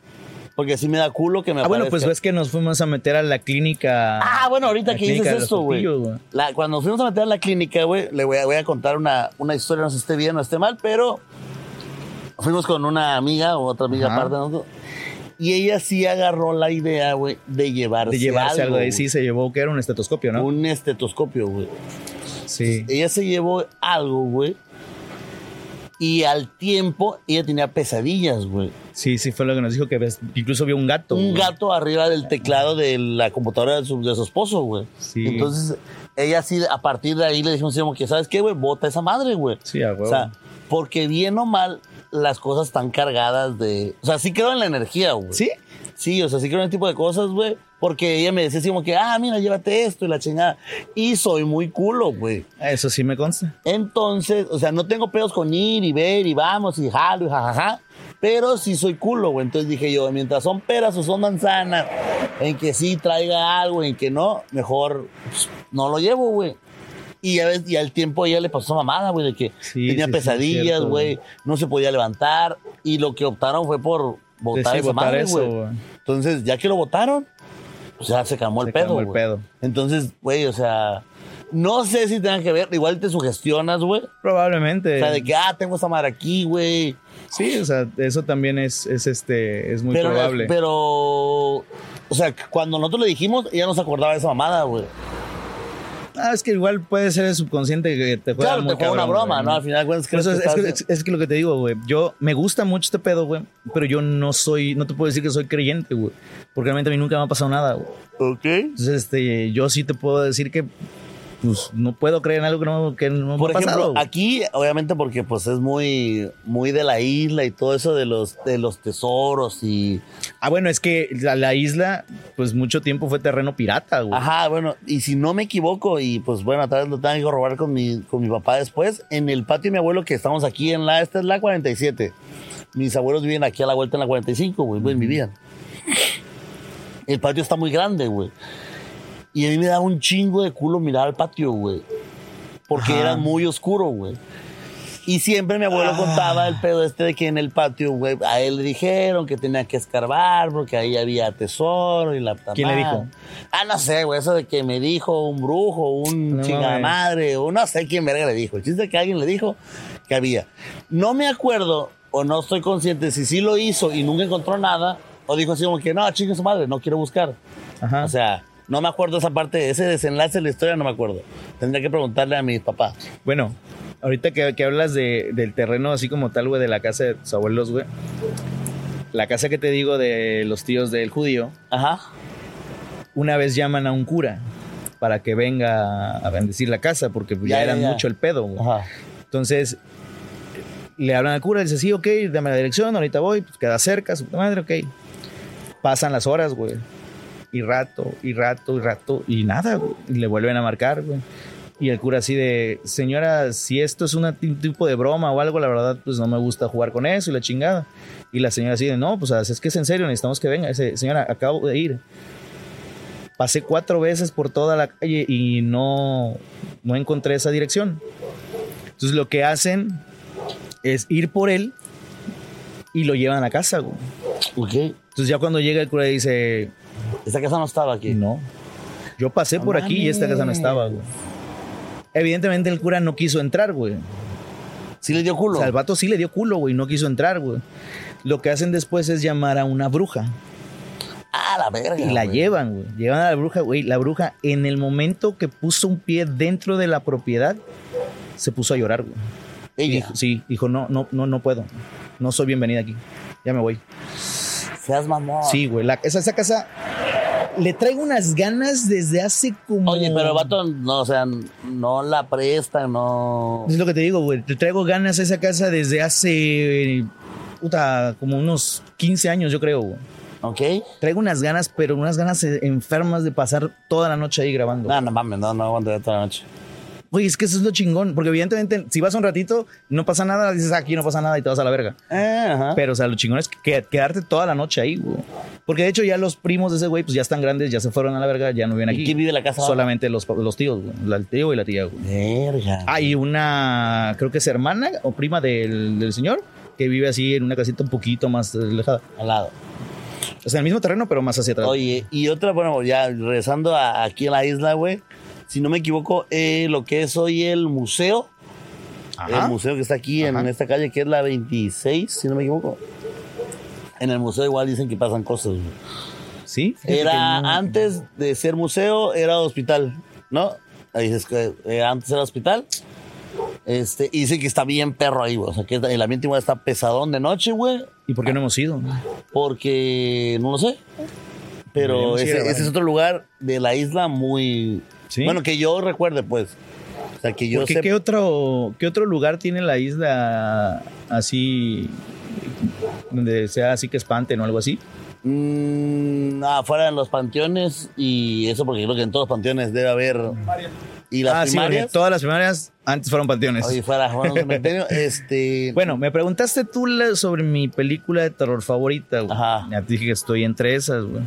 Porque sí me da culo que me
ah, bueno, pues
aparezca.
ves que nos fuimos a meter a la clínica.
Ah, bueno, ahorita
la
que
clínica de
dices
los
eso, güey.
Sotillos, güey.
La- Cuando fuimos a meter a la clínica, güey, le voy a, voy a contar una, una historia, no sé si esté bien o esté mal, pero fuimos con una amiga o otra amiga
Ajá.
aparte de nosotros, Y ella sí agarró la idea, güey, de llevarse,
De llevarse algo, de ahí.
güey.
Sí, se llevó que era un estetoscopio, ¿no?
Un estetoscopio, güey.
sí.
Ella se llevó algo, güey. Y al tiempo ella tenía pesadillas, güey.
Sí, sí, fue lo que nos dijo que ves- incluso vio un gato.
Un
güey.
gato arriba del teclado de la computadora de su, de su esposo, güey.
Sí.
Entonces, ella sí, a partir de ahí le dijimos, así como que, ¿sabes qué, güey? Bota esa madre, güey.
Sí, a huevo.
O sea, porque bien o mal, las cosas están cargadas de. O sea, sí quedó en la energía, güey.
¿Sí?
Sí, o sea, sí creo en ese tipo de cosas, güey. Porque ella me decía así como que, ah, mira, llévate esto y la chingada. Y soy muy culo, güey.
Eso sí me consta.
Entonces, o sea, no tengo pedos con ir y ver y vamos y jalo y jajaja. Pero sí soy culo, güey. Entonces dije yo, mientras son peras o son manzanas, en que sí traiga algo, en que no, mejor pues, no lo llevo, güey. Y ya ves, y al tiempo ella le pasó mamada, güey, de que
Sí,
tenía
sí, sí,
pesadillas,
cierto,
güey, no se podía levantar. Y lo que optaron fue por votar
Sí,
esa
votar
madre,
eso,
güey.
güey.
Entonces, ya que lo votaron, o sea, se calmó el
Se
pedo.
calmó el
güey.
pedo.
Entonces, güey, o sea, no sé si tenga que ver, igual te sugestionas, güey.
Probablemente.
O sea, de que, ah, tengo esa madre aquí, güey.
Sí, o sea, eso también es, es, este, es muy
Pero,
probable.
pero, o sea, cuando nosotros le dijimos, ella no se acordaba de esa mamada, güey.
Ah, es que igual puede ser el subconsciente que te juega
Claro,
muy
te fue una
cabrón,
broma,
güey,
¿no? Al final, güey, es que...
Por eso es, es
estás-
que, es- es que lo que te digo, güey. Yo me gusta mucho este pedo, güey. Pero yo no soy, no te puedo decir que soy creyente, güey. Porque realmente a mí nunca me ha pasado nada, güey.
Ok.
Entonces, este, yo sí te puedo decir que, pues, no puedo creer en algo que no, que no
Por
me ha
ejemplo,
pasado. güey.
aquí, obviamente, porque pues es muy, muy de la isla y todo eso de los, de los tesoros y...
Ah, bueno, es que la, la isla, pues, mucho tiempo fue terreno pirata, güey.
Ajá, bueno, y si no me equivoco, y pues bueno, tal vez lo tenga que robar con mi, con mi papá después, en el patio de mi abuelo que estamos aquí en la, esta es la 47. Mis abuelos viven aquí a la vuelta en la 45, güey, güey, vivían. El patio está muy grande, güey. Y a mí me daba un chingo de culo mirar al patio, güey. Porque
Ajá.
era muy oscuro, güey. Y siempre mi
Ah.
abuelo contaba el pedo este de que en el patio, güey, a él le dijeron que tenía que escarbar porque ahí había tesoro y la
¿Quién le
madre.
dijo?
Ah, no sé, güey, eso de que me dijo un brujo, un
No
chingada
mames.
madre, o no sé quién verga le dijo. El chiste es que alguien le dijo que había. No me acuerdo o no estoy consciente si sí lo hizo y nunca encontró nada, o dijo así como que no, chingue su madre, no quiero buscar.
Ajá.
O sea, no me acuerdo esa parte, ese desenlace de la historia no me acuerdo. Tendría que preguntarle a mis papás.
Bueno, ahorita que, que hablas de, del terreno así como tal, güey, de la casa de tus abuelos, güey. La casa que te digo de los tíos del judío,
Ajá.
una vez llaman a un cura para que venga a bendecir la casa, porque pues, ya,
Ya, ya,
era
ya.
mucho el pedo, güey.
Ajá.
Entonces, le hablan al cura, le dice, sí, ok, dame la dirección, ahorita voy, pues queda cerca, su puta madre, ok. Pasan las horas, güey. Y rato, y rato, y rato, y nada, güey. Y Le vuelven a marcar, güey. Y el cura así de, señora, si esto es un ti- tipo de broma o algo, la verdad, pues no me gusta jugar con eso y la chingada. Y la señora así de, no, pues es que es en serio, necesitamos que venga. Dice, señora, acabo de ir. Pasé cuatro veces por toda la calle y no, no encontré esa dirección. Entonces lo que hacen es ir por él y lo llevan a casa, güey.
Ok.
Entonces ya cuando llega el cura dice,
Esa casa no estaba aquí.
no, yo pasé
No
por aquí y esta casa no
mames.
estaba, güey. Evidentemente el cura no quiso entrar, güey.
Sí le dio
O
culo.
sea, el vato sí le dio culo, güey, no quiso entrar, güey. Lo que hacen después es llamar a una bruja
Ah, la verga.
y la
güey.
llevan, güey. Llevan a la bruja, güey. La bruja en el momento que puso un pie dentro de la propiedad, se puso a llorar, güey. Y
Ella.
dijo- sí, dijo, no, no, no, no puedo. No soy bienvenida aquí. Ya me voy.
Seas mamón.
Sí, güey. la- esa, esa casa le traigo unas ganas desde hace como.
Oye, pero el vato, no, o sea, no la presta, no.
Es lo que te digo, güey. Te traigo ganas a esa casa desde hace. eh, Puta, como unos 15 años, yo creo, güey.
¿Ok?
Traigo unas ganas, pero unas ganas eh, enfermas de pasar toda la noche ahí grabando.
No, no mames, no, no aguantaría toda la noche.
Güey, es que eso es lo chingón. Porque evidentemente, si vas un ratito, no pasa nada, dices "Ah, aquí no pasa nada y te vas a la verga.
Eh, ajá.
Pero, o sea, lo chingón es que qued- quedarte toda la noche ahí, güey. Porque de hecho ya los primos de ese güey, pues ya están grandes, ya se fueron a la verga, ya no viven
¿Y
aquí.
quién vive en la casa ahora?
Solamente los, pa- los tíos, güey. La- El tío y la tía, güey.
Verga.
Hay una, creo que es hermana o prima del, del señor, que vive así en una casita un poquito más alejada.
Al lado.
O sea, en el mismo terreno, pero más hacia atrás.
Oye, y otra, bueno, ya regresando a- aquí a la isla, güey. Si no me equivoco, eh, lo que es hoy el museo,
Ajá.
el museo que está aquí en
Ajá.
esta calle, que es la 26, si no me equivoco. En el museo igual dicen que pasan cosas. güey.
Sí. fíjate que
Era
no-
antes de ser museo, era hospital, ¿no? Ahí dices que eh, antes era hospital. Este, y dicen que está bien perro ahí, güey. O sea, que el ambiente igual está pesadón de noche, güey.
¿Y por qué no hemos ido?
Porque no lo sé. Pero
Deberíamos ir a
ese,
ver.
ese es otro lugar de la isla muy.
Sí.
Bueno, que yo recuerde, pues. O sea, que yo
Porque,
sé.
¿qué, otro, ¿Qué otro lugar tiene la isla así, donde sea así que espanten o algo así?
Mm, afuera en los panteones y eso porque creo que en todos los panteones debe haber
Mario.
y las
ah, sí, porque
primarias
todas las primarias antes fueron panteones.
Oye, fuera bueno, un cementerio, este
Bueno, me preguntaste tú la- sobre mi película de terror favorita, güey.
Ajá.
Ya te dije que estoy entre esas, güey.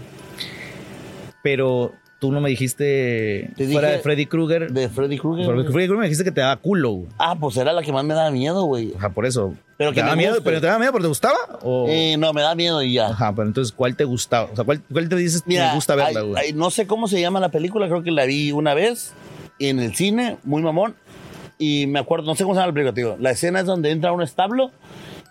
Pero tú no me dijiste
Te
fuera
dije
de Freddy Krueger.
de Freddy Krueger
Porque
güey.
Freddy Krueger me dijiste que te daba culo, güey.
ah pues era la que más me da miedo güey
Ajá, por eso.
Pero que
¿Te daba
me
miedo?
guste.
¿Pero te daba miedo porque te gustaba? O...
Eh, no me da miedo y ya
Oh. Ajá, pero entonces, ¿cuál te gustaba? O sea, ¿cuál, cuál te dices que
mira
te gusta verla,
ay-
güey?
ay, no sé cómo se llama la película creo que la vi una vez en el cine muy mamón y me acuerdo no sé cómo se llama la película te digo la escena es donde entra a un establo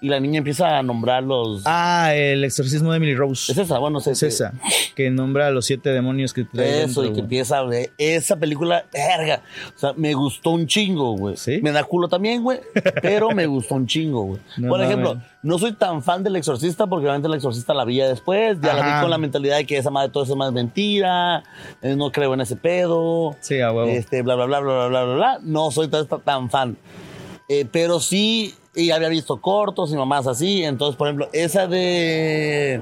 y la niña empieza a nombrar los
Ah, el exorcismo de Emily Rose.
es esa bueno no sé
Es
te-
esa. Que nombra a los siete demonios que trae.
Eso,
dentro,
y que
güey.
empieza a ver esa película, verga. O sea, me gustó un chingo, güey.
¿Sí?
Me da culo también, güey, pero me gustó un chingo, güey.
No
Por
mames.
ejemplo, no soy tan fan del Exorcista porque obviamente el Exorcista la vi ya después, ya la
Ajá.
vi con la mentalidad de que esa madre todo eso es más mentira, eh, no creo en ese pedo.
Sí, a huevo.
Este, bla, bla, bla, bla, bla, bla, bla, bla. No soy tan, tan fan. Eh, pero sí, y había visto cortos y mamás así. Entonces, por ejemplo, esa de.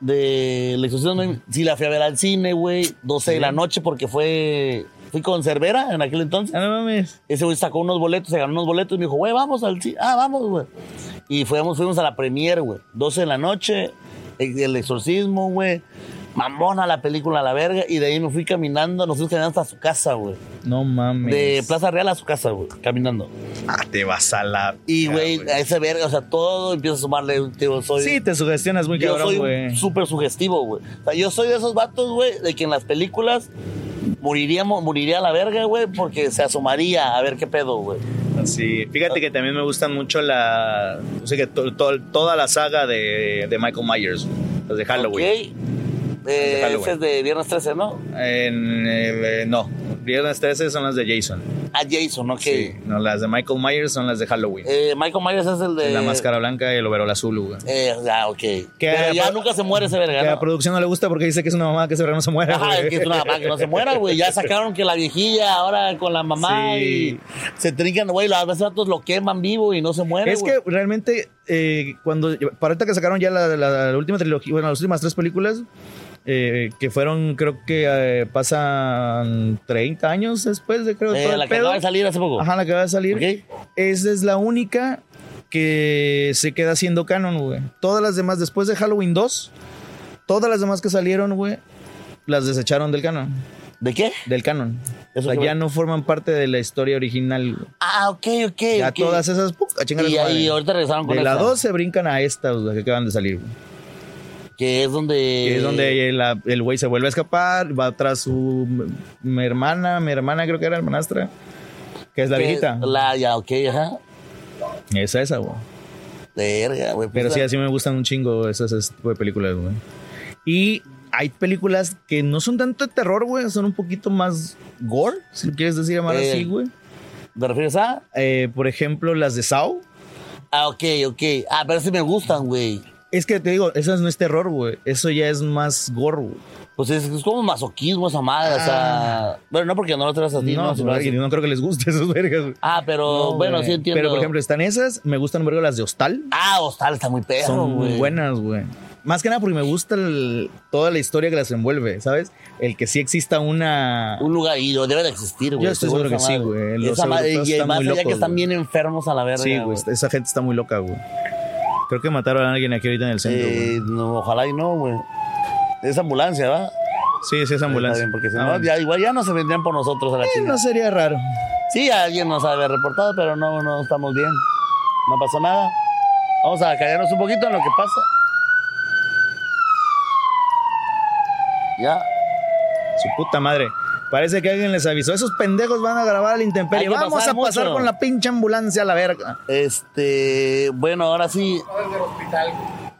De La Exorcista, no- sí la fui a ver al cine, güey, 12 de la noche, porque fue. Fui con Cervera en aquel entonces.
Ah, no mames.
Ese güey sacó unos boletos, se ganó unos boletos y me dijo, güey, vamos al cine. Ah, vamos, güey. Y fuimos, fuimos a la premier, güey. 12 de la noche, ex- el exorcismo, güey. Mamona la película a la verga. Y de ahí me fui caminando, nos fuimos caminando hasta su casa, güey.
No mames.
De Plaza Real a su casa, güey, caminando.
Ah, te vas a la.
Y,
Ya,
güey, a ese verga, o sea, todo empieza a sumarle, tío, soy...
Sí, te sugestionas muy
Yo
cabrón,
soy
güey.
un súper sugestivo, güey. O sea, yo soy de esos vatos, güey, de que en las películas moriríamos, moriría a la verga, güey, porque se asomaría a ver qué pedo, güey.
Sí, fíjate que también me gustan mucho la. O sea, que to- to- toda la saga de, de Michael Myers, los de Halloween.
Ok. Eh,
Halloween.
ese es de Viernes 13, ¿no?
En, eh, eh, no, Viernes 13 son las de Jason.
A Ah, Jason, ok.
Sí, no, las de Michael Myers son las de Halloween.
Eh, Michael Myers es el de...
la máscara blanca y el overol azul, güey.
Eh, ah, ok. Pero ya
la-
nunca se muere ese verga,
Que a la
¿no?
producción no le gusta porque dice que es una mamá que se no se muere.
Ajá,
güey.
es que es una mamá que no se muera, güey. Ya sacaron que la viejilla ahora con la mamá
Sí.
y se trincan, güey. A veces ratos lo queman vivo y no se muere.
Es
güey.
que realmente, eh, cuando. Para ahorita que sacaron ya la, la- la última trilogía, bueno, las últimas tres películas, eh, que fueron, creo que eh, pasan 30 años después de, creo, de
Eh,
todo el
la que
pedo.
acaba de salir hace poco.
Ajá, la que va a salir.
Ok.
Esa es la única que se queda siendo canon, güey. Todas las demás, después de Halloween 2, todas las demás que salieron, güey, las desecharon del canon.
¿De qué?
Del canon. O
Eso
sea,
que
ya
va-
no forman parte de la historia original. güey.
Ah, ok, ok.
Ya
ok.
todas esas, ¡pum! a chingar a
Y
su madre.
ahí ahorita regresaron con
De la
esta,
2 se brincan a estas güey, que acaban de salir. güey.
Que es donde.
Que es donde
Eh.
la- el güey se vuelve a escapar, va atrás su m- mi hermana, mi hermana creo que era hermanastra, que es la
que-
viejita.
La, ya, ok, ajá.
Es esa, güey.
Verga, güey.
Pero
pues,
sí, así me gustan un chingo esas, ese tipo de películas, güey. Y hay películas que no son tanto de terror, güey, son un poquito más gore, si quieres decir llamar
Eh.
así, güey.
¿Te refieres a?
Eh, por ejemplo, las de Saw.
Ah, ok, ok. Ah, pero sí me gustan, güey.
Es que te digo, esas no es terror, güey. Eso ya es más gore, güey.
Pues es, es como masoquismo esa madre, o sea. Bueno, no porque no lo traes a ti,
Ah. No, pues,
no, sino
no,
así.
y no creo que les guste esas vergas, güey.
Ah, pero
No,
bueno,
güey.
sí entiendo.
Pero por ejemplo, están esas, me gustan vergo las de Hostal.
Ah, Hostal está muy perro,
Son
güey.
buenas, güey. Más que nada porque me gusta el- toda la historia que las envuelve, ¿sabes? El que sí exista una.
Un lugar, y lo debe de existir, güey.
Yo estoy seguro
esa
que sí,
madre.
güey. Los
Esa madre,
europeos
y
están
más
muy
allá que
locos,
están
güey.
bien enfermos a la verga.
Sí, güey. Esa gente está muy loca, güey. Creo que mataron a alguien aquí ahorita en el centro, güey.
Eh, no, ojalá y no, güey. Es ambulancia, ¿verdad?
Sí, sí, es ambulancia.
Está bien, porque si
Ah,
no, ya, igual ya no se vendrían por nosotros a la
eh,
chingada.
no sería raro.
Sí, alguien nos había reportado, pero no, no estamos bien. No pasó nada. Vamos a callarnos un poquito en lo que pasa. Ya.
Su puta madre. Parece que alguien les avisó. Esos pendejos van a grabar al
Hay
intemperie.
que
Vamos
pasar
a pasar
mucho.
con la pinche ambulancia a la verga.
Este, bueno, ahora sí.
No desde el hospital.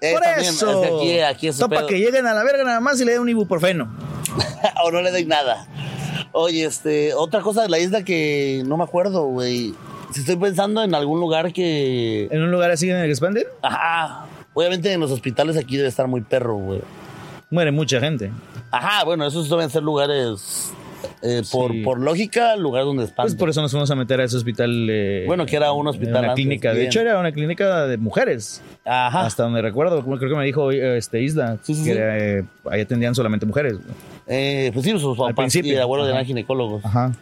eh,
Por
también,
eso.
es que aquí, aquí es su
Topa
pedo.
que lleguen a la verga nada más y le den un ibuprofeno.
o no le doy nada. Oye, este, otra cosa de la isla que no me acuerdo, güey. Si estoy pensando en algún lugar que.
En un lugar así en el que expanden,
Ajá. Obviamente en los hospitales aquí debe estar muy perro, güey.
muere mucha gente. Pues
Ajá, bueno, esos deben ser lugares eh, por,
Sí.
por lógica, lugar donde
Pues
espantan.
por eso nos fuimos a meter a ese hospital. eh,
Bueno, que era un hospital
Una
antes,
clínica. De
bien.
hecho, era una clínica de mujeres.
Ajá.
Hasta donde recuerdo. como Creo que me dijo eh, este, Isla.
Sí, sí,
que
sí.
era, eh, ahí atendían solamente mujeres. güey.
Eh, pues sí, sus
Al
papás y
principio.
el abuelo
Ajá.
eran ginecólogos.
Ajá.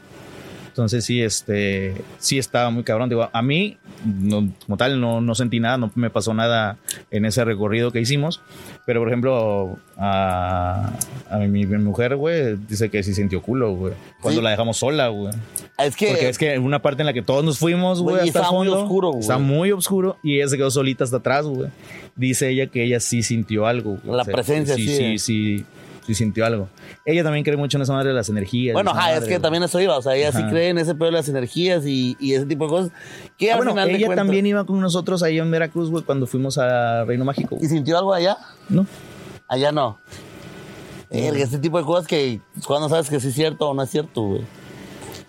Entonces sí, este, sí estaba muy cabrón. Digo, a mí, no- como tal, no, no sentí nada, no me pasó nada en ese recorrido que hicimos. Pero, por ejemplo, a, a mi, mi mujer, güey, dice que sí sintió culo, güey. Cuando
Sí.
la dejamos sola, güey.
Ah, Es que,
Porque es que en una parte en la que todos nos fuimos,
Güey,
güey,
y
hasta el
estaba muy
fondo.
oscuro, güey.
Está muy oscuro y ella se quedó solita hasta atrás, güey. Dice ella que ella sí sintió algo. güey.
La
O sea,
presencia,
sí.
sí,
Sí,
eh.
sí, sí, sintió algo. Ella también cree mucho en esa madre de las energías.
bueno,
esa
ajá, es
madre,
que
güey.
también eso iba. O sea, ella sí
Ajá.
cree en ese pedo de las energías y, y ese tipo de cosas. Que
Ah,
al
bueno,
final de
ella
cuentas-
también iba con nosotros ahí en Veracruz, güey, cuando fuimos a Reino Mágico.
¿Y
güey.
sintió algo allá?
¿No?
Allá no. Verga, este tipo de cosas que cuando sabes que sí es cierto o no es cierto, güey.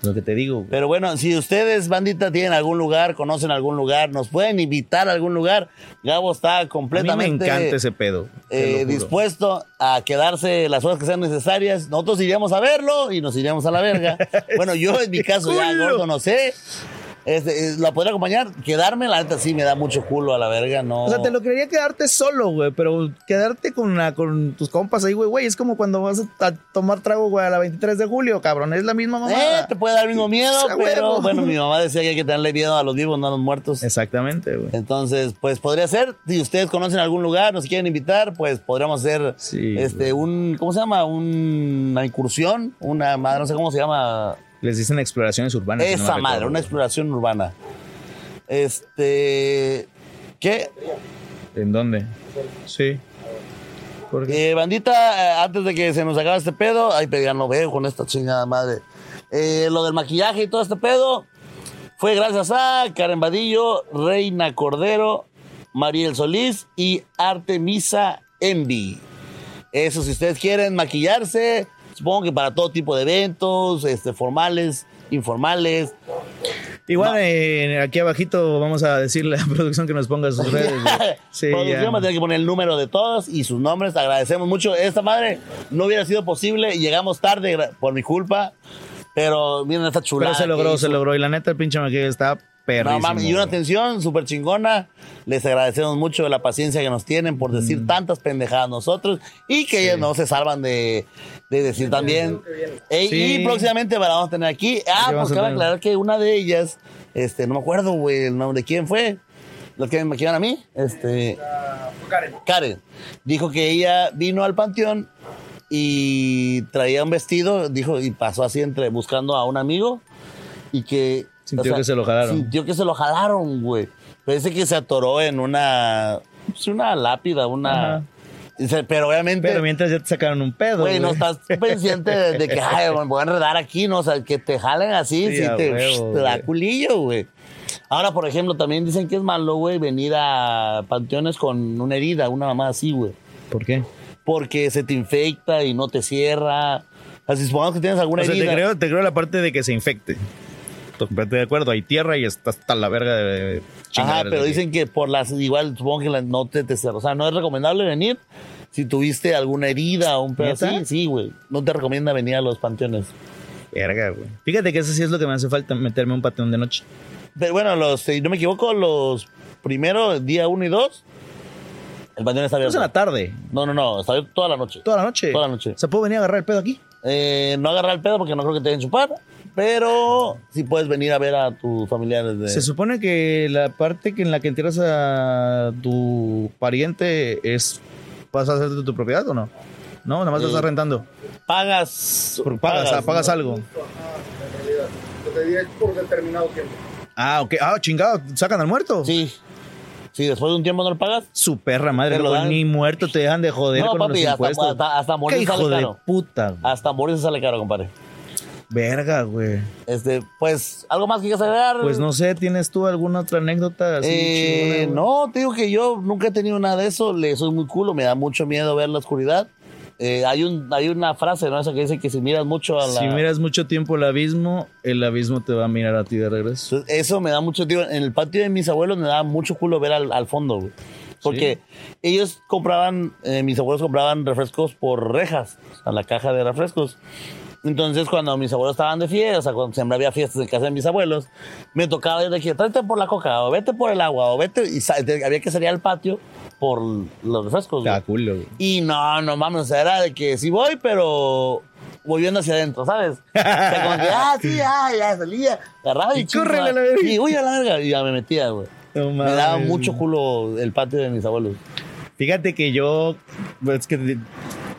Lo que te digo, güey.
Pero bueno, si ustedes, bandita, tienen algún lugar, conocen algún lugar, nos pueden invitar a algún lugar. Gabo está
A mí me
completamente
encanta ese pedo. te
eh,
lo juro.
dispuesto a quedarse las horas que sean necesarias. Nosotros iríamos a verlo y nos iríamos a la verga. bueno, yo en mi caso ya,
Culo.
gordo, no sé. Este, eh, la podría acompañar, quedarme, la neta sí me da mucho culo a la verga, no.
O sea, te lo creería quedarte solo, güey, pero quedarte con, la- con tus compas ahí, güey, güey, es como cuando vas a, a tomar trago, güey, a la 23 de julio, cabrón, es la misma
Eh,
mamada.
te puede dar el mismo miedo,
A
pero
huevo.
bueno, mi mamá decía que hay que tenerle miedo a los vivos, no a los muertos.
Exactamente, güey.
Entonces, pues podría ser, si ustedes conocen algún lugar, nos quieren invitar, pues podríamos hacer
Sí, güey.
este un ¿cómo se llama? Un- una incursión, una madre, no sé cómo se llama,
Les dicen exploraciones urbanas. si no me
esa madre,
recuerdo,
una
güey.
exploración urbana. Este ¿Qué?
¿En dónde? Sí. Porque
Eh, bandita, eh, antes de que se nos acabe este pedo, ay, pero ya no veo con esta chingada madre. Eh, lo del maquillaje y todo este pedo fue gracias a Karen Vadillo, Reina Cordero, Mariel Solís y Artemisa Envy. Eso, si ustedes quieren maquillarse, supongo que para todo tipo de eventos, este, formales, informales.
Igual eh, aquí abajito vamos a decir la producción que nos ponga sus redes. güey. Sí,
Producción
ya.
va a tener que poner el número de todos y sus nombres. Agradecemos mucho. Esta madre no hubiera sido posible. Llegamos tarde gra- por mi culpa. Pero miren esta chulada.
Pero se
que
logró, se
hizo.
logró. Y la neta, el pinche maquillaje está perrísimo.
No mames, y una
güey.
atención súper chingona. Les agradecemos mucho la paciencia que nos tienen por decir
Mm.
tantas pendejadas nosotros y que ellos no se salvan de, de decir también. Ey,
Sí.
Y próximamente la vamos a tener aquí. Ah,
vamos
pues
a
cabe
tener.
aclarar que una de ellas, este, no me acuerdo, güey, el nombre de quién fue. Los que me maquillaron a mí, este. Karen dijo que ella vino al panteón y traía un vestido, dijo, y pasó así entre buscando a un amigo y que.
Sintió que se lo jalaron.
Sintió que se lo jalaron, güey. Parece que se atoró en una. pues, una lápida, una.
Ajá.
y se- Pero obviamente.
Pero mientras ya te sacaron un pedo.
Güey, no
güey.
estás pendiente de, de que, ay, me voy a enredar aquí, ¿no? O sea, que te jalen así,
Sí,
sí,
a
te,
huevo,
te da
güey.
culillo, güey. Ahora, por ejemplo, también dicen que es malo, güey, venir a panteones con una herida, una mamá así, güey.
¿Por qué?
Porque se te infecta y no te cierra. Así supongamos que tienes alguna
O sea, te
herida.
creo, te creo la parte de que se infecte. Totalmente de acuerdo, hay tierra y está hasta la verga de
Ajá,
chingaderas
pero
de que-
dicen que por las, igual supongo que las no te, te cierra. O sea, no es recomendable venir si tuviste alguna herida o un pedo
¿Neta?
así. Sí, güey. No te recomienda venir a los panteones.
Verga, güey. Fíjate que eso sí es lo que me hace falta, meterme a un pateón de noche.
Pero bueno, los, si no me equivoco, los primeros, día 1 y 2, el panteón está
No es en
abierto.
la tarde,
No, no, no, está abierto toda la noche.
toda la noche.
Toda la noche.
O sea, puedo venir a agarrar el pedo aquí.
Eh, no agarrar el pedo porque no creo que te dejen chupar, pero sí puedes venir a ver a tus familiares de...
Se supone que la parte que en la que entierras a tu pariente es. ¿Vas a hacer de tu propiedad o no? No, nada más
Eh,
lo estás rentando.
Pagas...
Por- Pagas, ah, pagas algo.
en realidad. Lo te diré por determinado tiempo.
Ah, ok. Ah, chingado, sacan al muerto.
Sí. Sí, después de un tiempo no lo pagas.
Su perra madre,
Te lo
luego
dan.
ni muerto te dejan de joder
No,
con
papi,
los
hasta-
impuestos.
hasta- hasta morir
Qué hijo
sale
de
caro. Ah.
puta. güey.
Hasta morirse sale caro, compadre.
Verga, güey.
Este, pues, ¿algo más que quieras agregar?
Pues no sé, ¿tienes tú alguna otra anécdota así
Eh,
chingona, güey?
no, te digo que yo nunca he tenido nada de eso. Le soy muy culo, me da mucho miedo ver la oscuridad. Eh, hay, un, hay una frase, ¿no? Esa que dice que si miras mucho a la.
Si miras mucho tiempo el abismo, el abismo te va a mirar a ti de regreso.
Entonces, eso me da mucho, tío. En el patio de mis abuelos me daba mucho culo ver al, al fondo, güey. Porque ellos compraban, eh, mis abuelos compraban refrescos por rejas, a la caja de refrescos. Entonces, cuando mis abuelos estaban de fiesta, o sea, cuando siempre había fiestas en casa de mis abuelos, me tocaba ir de aquí, tráete por la coca, o vete por el agua, o vete, y sa- te- había que salir al patio por los refrescos. güey.
Está Ah, culo, güey.
Y no, no mames, o sea, era de que sí voy, pero volviendo hacia adentro, ¿sabes? O sea, como que, ah, sí, ah, ya salía, agarraba y,
Y
chingo,
córrele a la
ah,
verga.
Y uy, a la verga, y ya me metía, güey.
No
me daba
mames.
mucho culo el patio de mis abuelos.
Fíjate que yo, pues, es que te-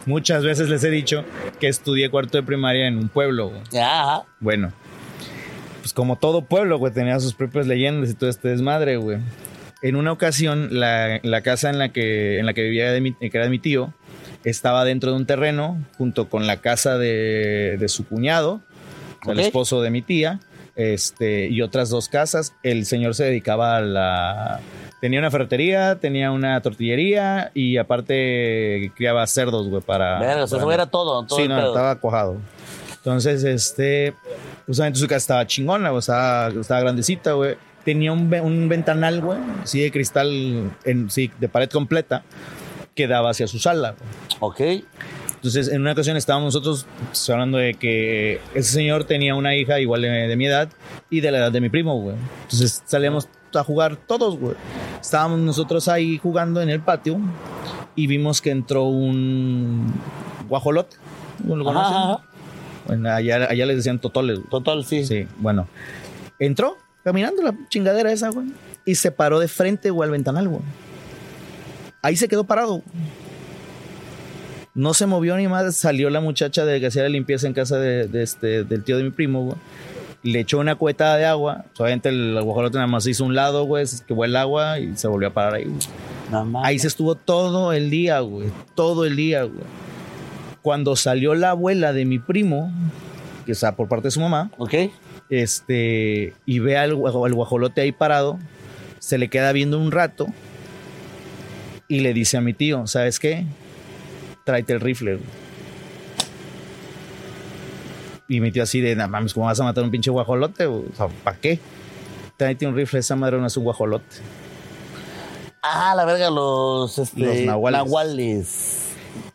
muchas veces les he dicho que estudié cuarto de primaria en un pueblo, güey.
Ajá.
Bueno, pues como todo pueblo, güey, tenía sus propias leyendas y todo este desmadre, güey. En una ocasión, la, la casa en la que, en la que vivía, de mi- que era de mi tío, estaba dentro de un terreno junto con la casa de, de su cuñado, o sea, el
Ok.
esposo de mi tía, este, y otras dos casas. El señor se dedicaba a la... Tenía una ferretería, tenía una tortillería y aparte criaba cerdos, güey, para...
Verga, o sea,
para-
eso era todo,
Ah,
todo
sí,
el
no,
pedo.
estaba cuajado. Entonces, este, justamente su casa estaba chingona, o sea, estaba grandecita, güey. Tenía un, ve- un ventanal, güey, sí, de cristal, en, sí, de pared completa, que daba hacia su sala. güey.
Ok.
Entonces, en una ocasión estábamos nosotros pues, hablando de que ese señor tenía una hija igual de, de mi edad y de la edad de mi primo, güey. Entonces salíamos a jugar todos, güey. Estábamos nosotros ahí jugando en el patio y vimos que entró un guajolote. ¿No ¿Lo
Ajá,
conocen?
ajá, ajá.
Bueno, allá, allá les decían totoles. güey.
Total, sí.
Sí, bueno. Entró caminando la chingadera esa, güey. Y se paró de frente, güey, al ventanal, güey. Ahí se quedó parado. No se movió ni más. Salió la muchacha de que hacía la limpieza en casa de, de este, del tío de mi primo, güey. Le echó una cuetada de agua. Obviamente el guajolote nada más hizo un lado, güey. Se esquivó el agua y se volvió a parar ahí, güey.
No mames.
Ahí se estuvo todo el día, güey. Todo el día, güey. Cuando salió la abuela de mi primo, que está por parte de su mamá,
Ok.
este, y ve al, guajo- al guajolote ahí parado, se le queda viendo un rato y le dice a mi tío, ¿sabes qué? Tráete el rifle. güey". Y mi tío así de, no mames, ¿cómo vas a matar un pinche guajolote? güey? O sea, ¿para qué? Tráete un rifle, esa madre no es un guajolote.
Ah, la verga, los, este,
Los nahuales.
nahuales.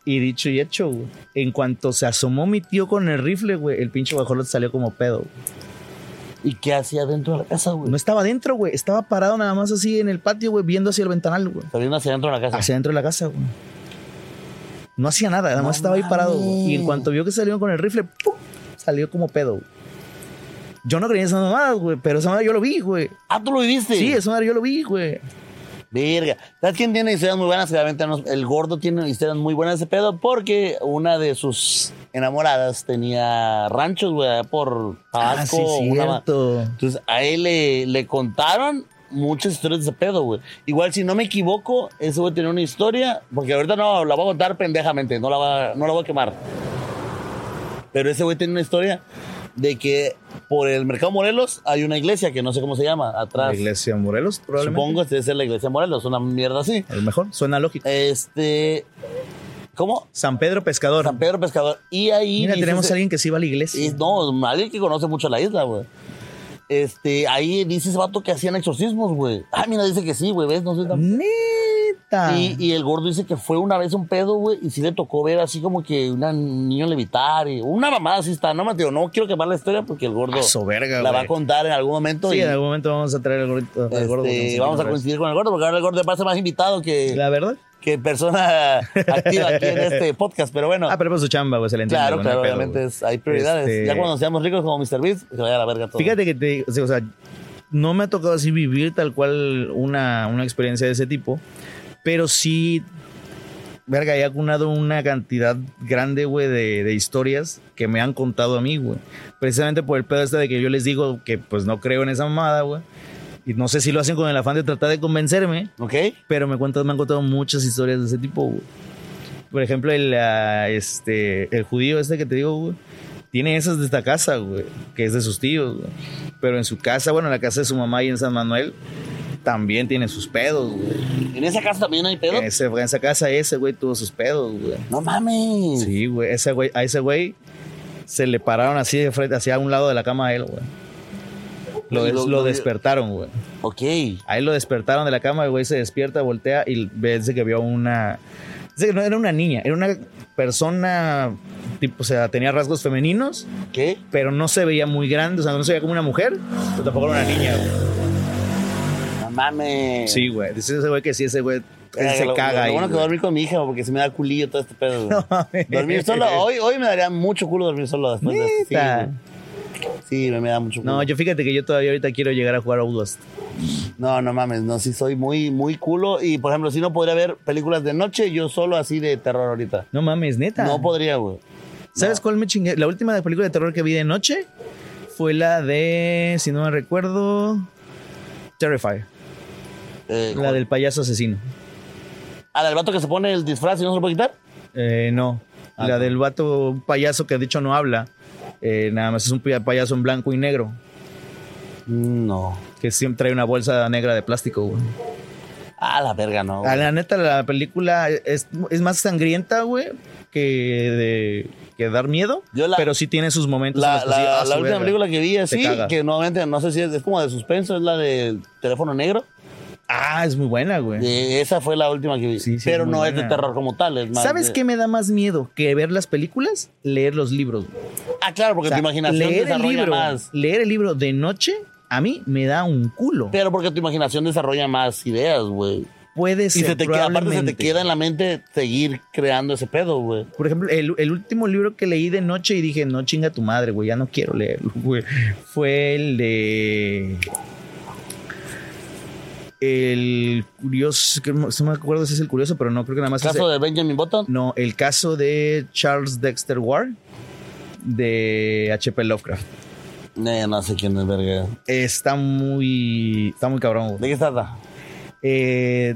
Y dicho y hecho, güey. En cuanto se asomó mi tío con el rifle, güey, el pinche guajolote salió como pedo. güey.
¿Y qué hacía dentro de la casa, güey?
No estaba adentro, güey. Estaba parado nada más así en el patio, güey, viendo hacia el ventanal, güey.
Saliendo hacia dentro de la casa.
hacia adentro de la casa, güey. No hacía nada, nada
No
más estaba ahí parado. güey. Y en
mames.
cuanto vio que salieron con el rifle, ¡pum! salió como pedo. güey. Yo no creía en esas mamadas, güey, pero esa madre yo lo vi, güey.
Ah, ¿tú lo viviste?
Sí, esa madre yo lo vi, güey.
Verga. ¿Sabes quién tiene historias muy buenas? Que la neta no- el gordo tiene historias muy buenas de ese pedo porque una de sus enamoradas tenía ranchos, güey, allá por
Ah,
Tabasco.
sí,
una ma-
cierto.
Entonces, a él le, le contaron muchas historias de ese pedo, güey. Igual, si no me equivoco, ese güey tenía una historia, porque ahorita no la voy a contar pendejamente, no la, va- no la voy a quemar. Pero ese güey tiene una historia de que por el Mercado Morelos hay una iglesia que no sé cómo se llama,
La
atrás.
iglesia de Morelos, probablemente.
Supongo que debe ser la iglesia de Morelos, una mierda así.
A lo mejor, suena lógico.
Este. ¿Cómo?
San Pedro Pescador.
San Pedro Pescador. Y ahí.
Mira,
dice
tenemos
ese-
a alguien que sí va a la iglesia.
y no, alguien que conoce mucho la isla, güey. Este, ahí dice ese vato que hacían exorcismos, güey. Ah, mira, dice que sí, güey, ¿ves? No sé tan-
Neta.
Y, y el gordo dice que fue una vez un pedo, güey, y sí le tocó ver así como que una- un niño levitar y una mamada así está. No, Mateo, no quiero quemar la historia porque el gordo
Ah, su verga,
la va
güey.
a contar en algún momento.
Sí,
y,
en algún momento vamos a traer al gordo. al
este,
gordo que nos
vamos a
atiende.
coincidir con el gordo porque ahora el gordo va a ser más invitado que,
La verdad.
que persona activa aquí en este podcast. Pero bueno,
Ah, pero por su chamba, güey, se le entiende.
claro,
güey, no hay
claro,
pedo,
obviamente
güey.
es- hay prioridades.
Este-
Ya cuando seamos ricos como Mr. Beast, que vaya a la verga todo.
Fíjate que te, o sea, no me ha tocado así vivir tal cual una, una experiencia de ese tipo, pero sí, verga, he acunado una cantidad grande, güey, de, de historias que me han contado a mí, güey. Precisamente por el pedo este de que yo les digo que pues no creo en esa mamada, güey. Y no sé si lo hacen con el afán de tratar de convencerme,
¿Ok?
pero me cuentan, me han contado muchas historias de ese tipo, güey. Por ejemplo, el, ah, este, el judío este que te digo, güey, tiene esas de esta casa, güey, que es de sus tíos, güey. Pero en su casa, bueno, en la casa de su mamá y en San Manuel, también tiene sus pedos, güey.
¿En esa casa también hay pedo?
En, ese- en esa casa ese, güey, tuvo sus pedos, güey.
No mames.
Sí, güey, ese güey, a ese güey se le pararon así de frente, hacia un lado de la cama a él, güey. Lo, des-
Lo-
lo
lo-
despertaron, güey.
Ok.
Ahí lo despertaron de la cama, el güey se despierta, voltea y ve dice que vio una. Sí, no era una niña, era una persona, tipo, o sea, tenía rasgos femeninos,
¿Qué?
pero no se veía muy grande, o sea, no se veía como una mujer, pero tampoco era una niña, güey.
No mames.
Sí, güey. Dice ese güey que sí, ese güey ese se
lo,
caga
lo
ahí.
bueno que
güey.
dormir con mi hija, porque se me da culillo todo este pedo. güey.
No mames.
dormir solo, hoy, hoy me daría mucho culo dormir solo después de esto. pues, Sí,
Neta.
güey. Sí, me, me da mucho culo.
No, yo fíjate que yo todavía ahorita quiero llegar a jugar a Outlast.
No, no mames, no, sí soy muy, muy culo. Y por ejemplo, si no podría ver películas de noche, yo solo así de terror ahorita.
No mames, neta.
No podría, güey.
¿Sabes cuál me chingué? La última película de terror que vi de noche fue la de, si no me recuerdo, Terrify,
Eh,
la del payaso asesino.
¿A la del vato que se pone el disfraz y no se lo puede quitar?
Eh, no,
Ah,
la
no.
del vato un payaso que de hecho no habla. Eh, nada más es un pi- payaso en blanco y negro
No.
que siempre trae una bolsa negra de plástico. güey.
A la verga, Ah, no.
A la neta, la película es, es más sangrienta, güey, que, de, que dar miedo.
Yo la-
pero sí tiene sus momentos. en
La,
los que sí,
la-
ah,
la
su
última
verga.
película que vi así,
caga.
que nuevamente no sé si es, es como de suspenso, es la del teléfono negro.
Ah, es muy buena, güey.
Eh, esa fue la última que vi.
Sí, sí,
Pero
es muy
no es de
buena.
terror como tal. Es más
¿Sabes
de-
qué me da más miedo que ver las películas? Leer los libros. güey.
Ah, claro,
O
porque
sea,
tu imaginación
leer el
desarrolla
libro,
más.
leer el libro de noche a mí me da un culo.
Pero porque tu imaginación desarrolla más ideas, güey.
Puede
Y
ser
se te queda, aparte se te
probablemente.
queda en la mente seguir creando ese pedo, güey.
Por ejemplo, el, el último libro que leí de noche y dije, no chinga tu madre, güey, ya no quiero leerlo, güey. Fue el de. El curioso. que No no me acuerdo si es el curioso, pero no creo que nada más es
Caso
el-
de Benjamin Button.
No, el caso de Charles Dexter Ward de H.P. Lovecraft.
Eh, no sé quién es verga.
Está muy. Está muy cabrón, güey.
¿De qué trata?
Eh,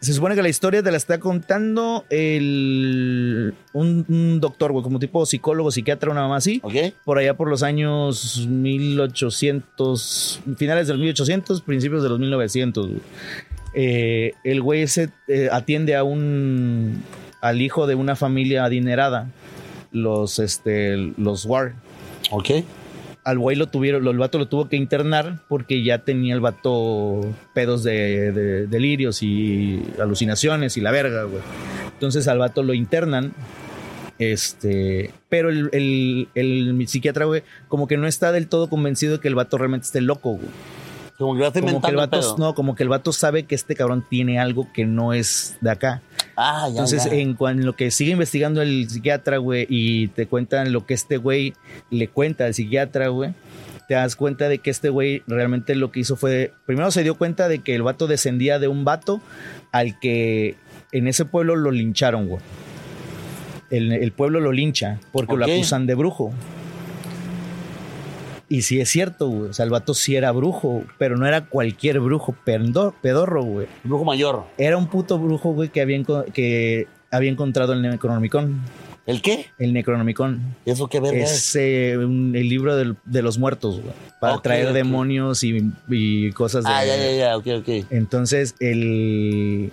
se supone que la historia te la está contando el, un, un doctor, güey, como tipo psicólogo, psiquiatra, una mamá así.
¿Ok?
Por allá por los años 1800, finales del 1800, principios de los 1900. güey. Eh, el güey ese eh, atiende a un, al hijo de una familia adinerada, los, este, los War
¿Ok?
al güey lo tuvieron, lo- el vato lo tuvo que internar porque ya tenía el vato pedos de, de- delirios y alucinaciones y la verga, güey. Entonces al vato lo internan. Este, pero el, el- el psiquiatra, güey, como que no está del todo convencido de que el vato realmente esté loco, güey.
Como que lo estás
Como que el
inventando el
vato,
pedo.
no, como que el vato sabe que este cabrón tiene algo que no es de acá.
Ah, ya,
Entonces,
ya.
en, cuan- en lo que sigue investigando el psiquiatra, güey, y te cuentan lo que este güey le cuenta al psiquiatra, güey, te das cuenta de que este güey realmente lo que hizo fue. Primero se dio cuenta de que el vato descendía de un vato al que en ese pueblo lo lincharon, güey. El, el pueblo lo lincha porque
Ok.
lo acusan de brujo. Y sí es cierto, güey. O sea, el vato sí era brujo, pero no era cualquier brujo perdor- pedorro, güey
El brujo mayor.
era un puto brujo, güey, que había, enco- que había encontrado el Necronomicon.
¿El qué?
El Necronomicon.
¿Eso qué verga
Es
es?
eh, un- el libro del- de los muertos, güey. Para
Ok,
traer
ok.
demonios y, y cosas de...
Ah, ya, ya, ya, ok, ok.
Entonces, el,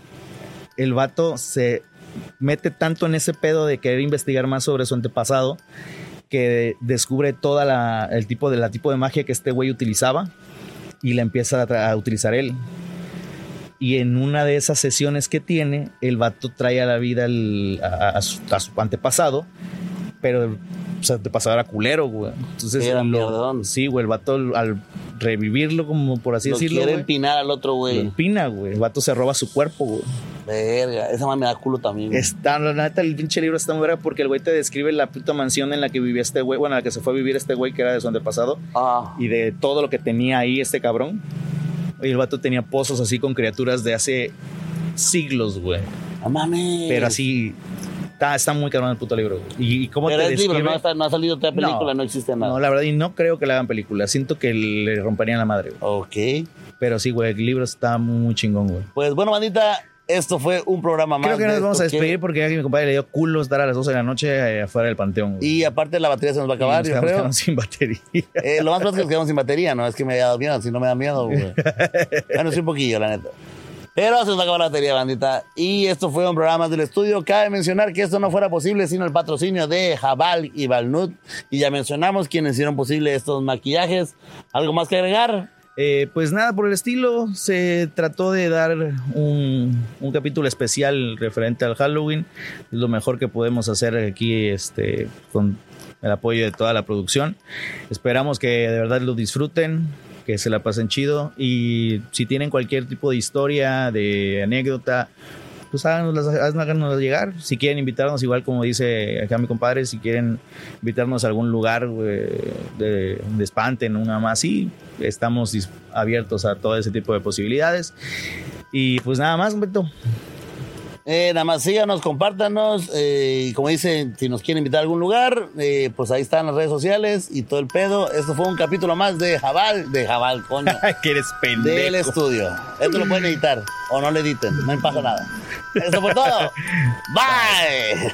el vato se mete tanto en ese pedo de querer investigar más sobre su antepasado que descubre toda la, el tipo de, la tipo de magia que este güey utilizaba y la empieza a, tra- a utilizar él. Y en una de esas sesiones que tiene, el vato trae a la vida al- a, a su, a su antepasado, pero su antepasado era culero, güey. Entonces,
Era
lo-
mierdón.
sí, güey, el vato al revivirlo, como por así
lo
decirlo.
quiere
güey,
empinar al otro,
lo
güey.
empina, güey. El vato se roba su cuerpo, güey.
Verga, esa más me da culo también. güey.
Está, la neta, el pinche libro está muy verga porque el güey te describe la puta mansión en la que vivía este güey, bueno, en la que se fue a vivir este güey que era de su antepasado
Ah,
y de todo lo que tenía ahí este cabrón. Y el vato tenía pozos así con criaturas de hace siglos, güey.
no mames.
Pero así, está, está muy cabrón el puto libro. güey. ¿Y, y cómo
Pero
te
es
describe?
libre, no, está- no ha salido otra película, no, existe nada.
No, la verdad, y no creo que le hagan película. Siento que le romperían la madre, güey.
Ok.
Pero sí, güey, el libro está muy chingón, güey.
Pues bueno, bandita, esto fue un programa más.
Creo que
de
nos
esto
vamos a despedir porque ya que mi compadre le dio culo estar a las 12 de la noche eh, afuera del panteón. güey.
Y aparte la batería se nos va a
Y
acabar,
nos
yo
quedamos-
creo.
quedamos sin batería.
Eh, lo más probable es que nos quedamos sin batería, no es que me haya dado miedo, si no me da miedo, güey. Bueno, sí un poquillo, la neta. Pero se nos acabó la batería, bandita. Y esto fue un programa más del estudio. Cabe mencionar que esto no fuera posible sin el patrocinio de Jabal y Balnut. Y ya mencionamos quienes hicieron posible estos maquillajes. ¿Algo más que agregar?
Eh, pues nada, por el estilo, se trató de dar un, un capítulo especial referente al Halloween. Es lo mejor que podemos hacer aquí este, con el apoyo de toda la producción. Esperamos que de verdad lo disfruten, que se la pasen chido y si tienen cualquier tipo de historia, de anécdota, pues háganos, háganos llegar. Si quieren invitarnos, igual como dice acá mi compadre, si quieren invitarnos a algún lugar eh, de, de espante, en una más así, estamos dis- abiertos a todo ese tipo de posibilidades. Y pues nada más, Humberto.
Eh, nada más síganos, compártanos. eh, y como dicen, si nos quieren invitar a algún lugar, eh, pues ahí están las redes sociales y todo el pedo. Esto fue un capítulo más de Jabal, de Jabal, coño,
que eres
del
pendejo.
estudio. Esto lo pueden editar o no lo editen, no pasa nada. Eso fue todo. Bye.